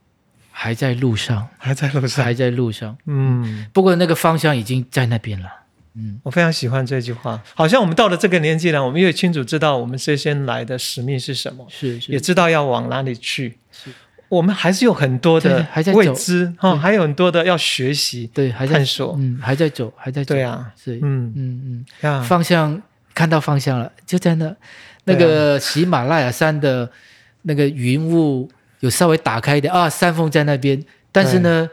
Speaker 1: 还在路上，
Speaker 2: 还在路上。
Speaker 1: 还在路上。
Speaker 2: 嗯，
Speaker 1: 不过那个方向已经在那边了。嗯，
Speaker 2: 我非常喜欢这句话。好像我们到了这个年纪了，我们越清楚知道我们这些人来的使命是什么，
Speaker 1: 是
Speaker 2: 也
Speaker 1: 是，
Speaker 2: 知道要往哪里去
Speaker 1: 是。
Speaker 2: 我们还是有很多
Speaker 1: 对
Speaker 2: 的
Speaker 1: 还在走
Speaker 2: 未知哈、
Speaker 1: 对
Speaker 2: 还有很多的要学习。
Speaker 1: 对，还在
Speaker 2: 探索
Speaker 1: 嗯，还在走，还在走。
Speaker 2: 对啊，
Speaker 1: 是，嗯
Speaker 2: 嗯
Speaker 1: 嗯
Speaker 2: 呀
Speaker 1: 嗯，，方向看到方向了，就在那那个喜马拉雅山的那个云雾有稍微打开一点啊，山峰在那边，但是呢，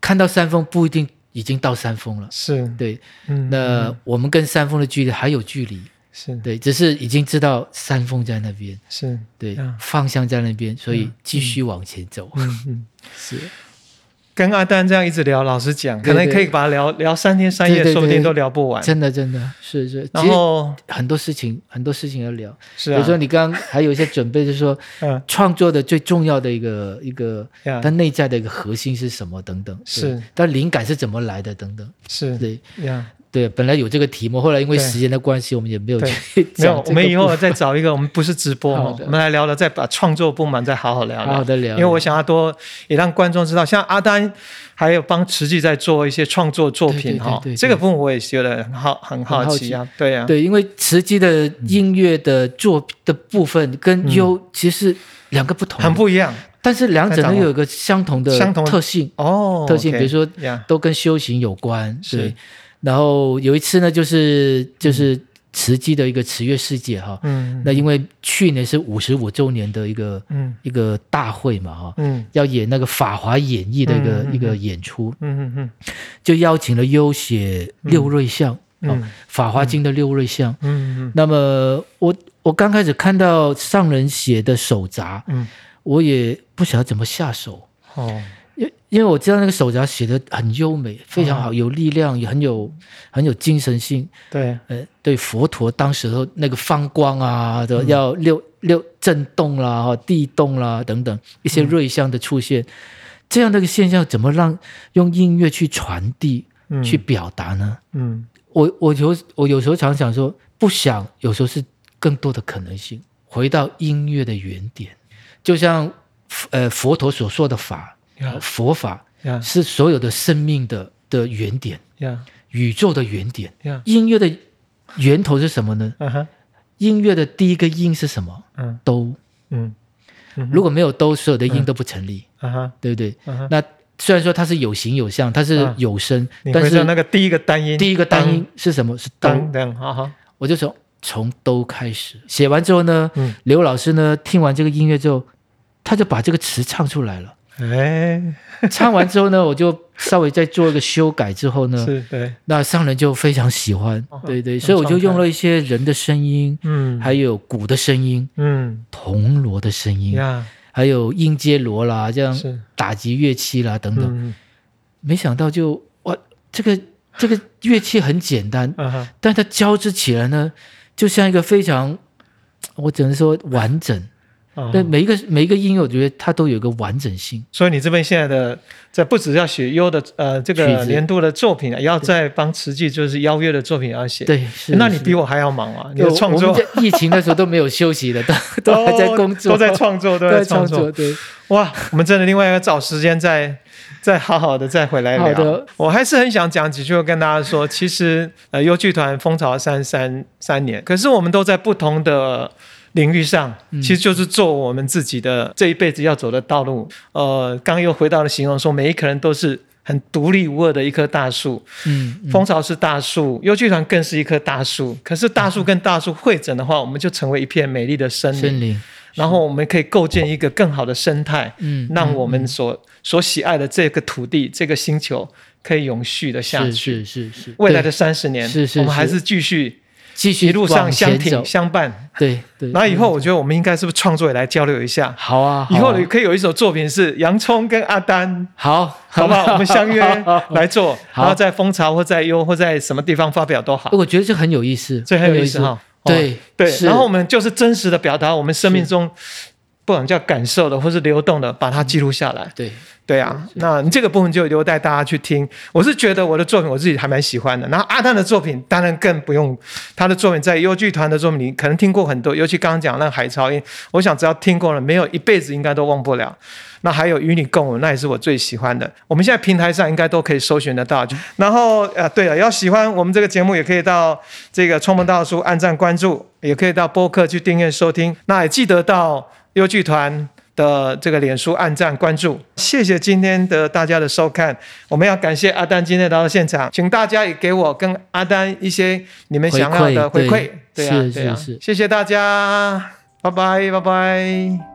Speaker 1: 看到山峰不一定已经到山峰了。
Speaker 2: 是，
Speaker 1: 对，
Speaker 2: 嗯，
Speaker 1: 那
Speaker 2: 嗯
Speaker 1: 我们跟山峰的距离还有距离，
Speaker 2: 是
Speaker 1: 对，只是已经知道山峰在那边，
Speaker 2: 是，
Speaker 1: 对
Speaker 2: 嗯，
Speaker 1: 方向在那边，所以
Speaker 2: 嗯
Speaker 1: 继续往前走。
Speaker 2: 嗯嗯，
Speaker 1: 是，
Speaker 2: 跟阿丹这样一直聊，老实讲，可
Speaker 1: 对
Speaker 2: 能
Speaker 1: 对
Speaker 2: 可以把它聊聊三天三
Speaker 1: 对
Speaker 2: 夜，
Speaker 1: 对
Speaker 2: 说不定
Speaker 1: 对
Speaker 2: 都聊不完。
Speaker 1: 真的真的是是，其
Speaker 2: 然
Speaker 1: 实
Speaker 2: 后
Speaker 1: 很多事情很多事情要聊，
Speaker 2: 是
Speaker 1: 比如
Speaker 2: 啊，
Speaker 1: 说你刚刚还有一些准备，就是说。
Speaker 2: 嗯，
Speaker 1: 创作的最重要的一个一个，
Speaker 2: 呀
Speaker 1: 它，内在的一个核心是什么等等，对
Speaker 2: 啊是，
Speaker 1: 它灵感是怎么来的等等，
Speaker 2: 是
Speaker 1: 对
Speaker 2: 呀，
Speaker 1: 对，本来有这个题目，后来因为
Speaker 2: 对
Speaker 1: 时间的关系，我们也没有
Speaker 2: 对
Speaker 1: 去
Speaker 2: 没有
Speaker 1: 讲，
Speaker 2: 我
Speaker 1: 这个
Speaker 2: 们以
Speaker 1: 部
Speaker 2: 后
Speaker 1: 分
Speaker 2: 再找一个，我们不是直播
Speaker 1: 好
Speaker 2: 哦，
Speaker 1: 的
Speaker 2: 我们来聊了，再把创作部门再好好聊
Speaker 1: 好好
Speaker 2: 聊。
Speaker 1: 的聊，
Speaker 2: 因为我想要多也让观众知道，像阿丹还有帮慈济在做一些创作作品
Speaker 1: 对对
Speaker 2: 哈
Speaker 1: 对对，对
Speaker 2: 这个部分我也觉得很好很好
Speaker 1: 很好
Speaker 2: 奇啊，对呀，
Speaker 1: 对，因为慈济的音乐的作的部分跟优其实两个不同的，
Speaker 2: 嗯很不一样
Speaker 1: 但是两者呢
Speaker 2: 太长了
Speaker 1: 有一个相同的
Speaker 2: 相同的
Speaker 1: 特性，
Speaker 2: 哦。
Speaker 1: 特性，比如说
Speaker 2: 呀，
Speaker 1: 都跟修行有关，
Speaker 2: 是
Speaker 1: 对。然后有一次呢，就是就是慈济的一个慈乐世界哈，
Speaker 2: 嗯
Speaker 1: 那因为去年是五十五周年的一个
Speaker 2: 嗯
Speaker 1: 一个大会嘛，哈、
Speaker 2: 嗯
Speaker 1: 要演那个《法华演义》的一个、
Speaker 2: 嗯嗯嗯
Speaker 1: 一个演出，
Speaker 2: 嗯嗯
Speaker 1: 就邀请了优写六瑞相，
Speaker 2: 嗯
Speaker 1: 哦法华经》的六瑞相。
Speaker 2: 嗯嗯
Speaker 1: 那么我我刚开始看到上人写的手札，
Speaker 2: 嗯，
Speaker 1: 我也不晓得怎么下手，
Speaker 2: 哦，
Speaker 1: 因因为我知道那个手札写的很优美，非常好，
Speaker 2: 嗯
Speaker 1: 有力量，也很有很有精神性。
Speaker 2: 对，啊
Speaker 1: 呃，对佛陀当时候那个放光啊
Speaker 2: 嗯
Speaker 1: 的，要六六震动啦、哈地动啦等等一
Speaker 2: 嗯
Speaker 1: 些瑞相的出现，这样的一个现象怎么让用音乐去传递、
Speaker 2: 嗯
Speaker 1: 去表达呢？
Speaker 2: 嗯
Speaker 1: 我我有我有时候常想说，不想有时候是更多的可能性，回到音乐的原点，就像呃佛陀所说的法，
Speaker 2: 呀
Speaker 1: 佛法
Speaker 2: 呀
Speaker 1: 是所有的生命的的原点，
Speaker 2: 呀
Speaker 1: 宇宙的原点。
Speaker 2: 呀，
Speaker 1: 音乐的源头是什么呢？
Speaker 2: 嗯哼，
Speaker 1: 音乐的第一个音是什么？
Speaker 2: 嗯
Speaker 1: 哆。
Speaker 2: 嗯嗯哼
Speaker 1: 如果没有哆，所有的音都不成立，
Speaker 2: 嗯哼
Speaker 1: 对不对？
Speaker 2: 嗯哼，
Speaker 1: 那虽然说它是有形有相，它是
Speaker 2: 嗯
Speaker 1: 有声，
Speaker 2: 你
Speaker 1: 但
Speaker 2: 回到那
Speaker 1: 是
Speaker 2: 个第一个单音，
Speaker 1: 第一个单音是什么？是哆
Speaker 2: 当。当，哈哈，
Speaker 1: 我就从从哆开始写完之后呢，
Speaker 2: 嗯
Speaker 1: 刘老师呢听完这个音乐之后，他就把这个词唱出来 了。
Speaker 2: 哎，
Speaker 1: 唱完之后呢，我就稍微再做一个修改之后呢，
Speaker 2: 是对，
Speaker 1: 那上人就非常喜欢
Speaker 2: 哦，
Speaker 1: 对对，
Speaker 2: 很
Speaker 1: 所以我就
Speaker 2: 畅快
Speaker 1: 用了一些人的声音，
Speaker 2: 嗯，
Speaker 1: 还有鼓的声音。
Speaker 2: 嗯
Speaker 1: 铜锣的声音，
Speaker 2: 呀，
Speaker 1: 还有音阶锣啦，这样
Speaker 2: 是，
Speaker 1: 打击乐器啦等等。
Speaker 2: 嗯
Speaker 1: 没想到就哇，这个这个乐器很简单，
Speaker 2: 嗯哼，
Speaker 1: 但它交织起来呢，就像一个非常，我只能说完整。
Speaker 2: 哦
Speaker 1: 对每一个每一个音，我觉得它都有一个完整性。
Speaker 2: 所以你这边现在的，这不只要写优的呃这
Speaker 1: 曲
Speaker 2: 个
Speaker 1: 子
Speaker 2: 年度的作品，啊也要再帮慈济就是邀约的作品也要写。，
Speaker 1: 对，是。
Speaker 2: 那你比
Speaker 1: 我
Speaker 2: 我还要忙啊！你的创
Speaker 1: 我
Speaker 2: 作
Speaker 1: 们在疫情的时候都没有休息的， 都都还在工作，
Speaker 2: 都在创作，
Speaker 1: 都
Speaker 2: 都
Speaker 1: 在
Speaker 2: 在创
Speaker 1: 作。。对，
Speaker 2: 哇，我们真的另外要找时间再 再好好的再回来
Speaker 1: 好
Speaker 2: 聊
Speaker 1: 的。
Speaker 2: 我还是很想讲几句，跟大家说，其实呃优剧团风潮三三三年，可是我们都在不同的。领域上，
Speaker 1: 嗯
Speaker 2: 其实就是做我们自己的这一辈子要走的道路。呃，刚又回到了形容说，每一个人都是很独立无二的一棵大树。
Speaker 1: 嗯，嗯
Speaker 2: 蜂巢是大树，优剧团更是一棵大树。可是大树跟大树汇整的话，我们就成为一片美丽 的森林，
Speaker 1: 森林，
Speaker 2: 然后我们可以构建一个更好的生态，
Speaker 1: 嗯，
Speaker 2: 让我
Speaker 1: 嗯
Speaker 2: 们所所喜爱的这个土地、这个星球可以永续的下
Speaker 1: 是是
Speaker 2: 去。
Speaker 1: 是是，
Speaker 2: 未来
Speaker 1: 对
Speaker 2: 的三十年，
Speaker 1: 是是
Speaker 2: 我们
Speaker 1: 是
Speaker 2: 还是继续
Speaker 1: 继续
Speaker 2: 一路上
Speaker 1: 往
Speaker 2: 相
Speaker 1: 前
Speaker 2: 挺
Speaker 1: 走嗯
Speaker 2: 相伴。
Speaker 1: 对对。
Speaker 2: 然后以后，我觉得我们应该是不是创作也来交流一下？
Speaker 1: 好啊，
Speaker 2: 以
Speaker 1: 好
Speaker 2: 后
Speaker 1: 啊
Speaker 2: 你可以有一首作品是洋葱跟 阿丹，
Speaker 1: 好，
Speaker 2: 好 不好？我们相约来做，
Speaker 1: 好
Speaker 2: 然后在蜂巢或在优或在什么地方发表都好，
Speaker 1: 我觉得这很有意思，
Speaker 2: 这很有意思哈。哦
Speaker 1: 对
Speaker 2: 对，
Speaker 1: 是
Speaker 2: 然后我们就是真实的表达我们生命中，不管叫感受的或是流动的，把它记录下来。
Speaker 1: 对，
Speaker 2: 对啊，那你这个部分就留待大家去听。我是觉得我的作品我自己还蛮喜欢的，然后阿蛋的作品当然更不用，他的作品在优剧团的作品你可能听过很多，尤其刚刚讲那个海潮音，我想只要听过了，没有一辈子应该都忘不了。那还有与你共舞，那也是我最喜欢的。我们现在平台上应该都可以搜寻得到。然后呃，对了，要喜欢我们这个节目，也可以到这个创梦大叔按赞关注，也可以到播客去订阅收听。那也记得到优剧团的这个脸书按赞关注。谢谢今天的大家的收看，我们要感谢阿丹今天来到现场，请大家也给我跟阿丹一些你们想要的回
Speaker 1: 回馈
Speaker 2: 馈。对啊
Speaker 1: 是，
Speaker 2: 对啊
Speaker 1: 是是，
Speaker 2: 谢谢大家，拜拜，拜拜。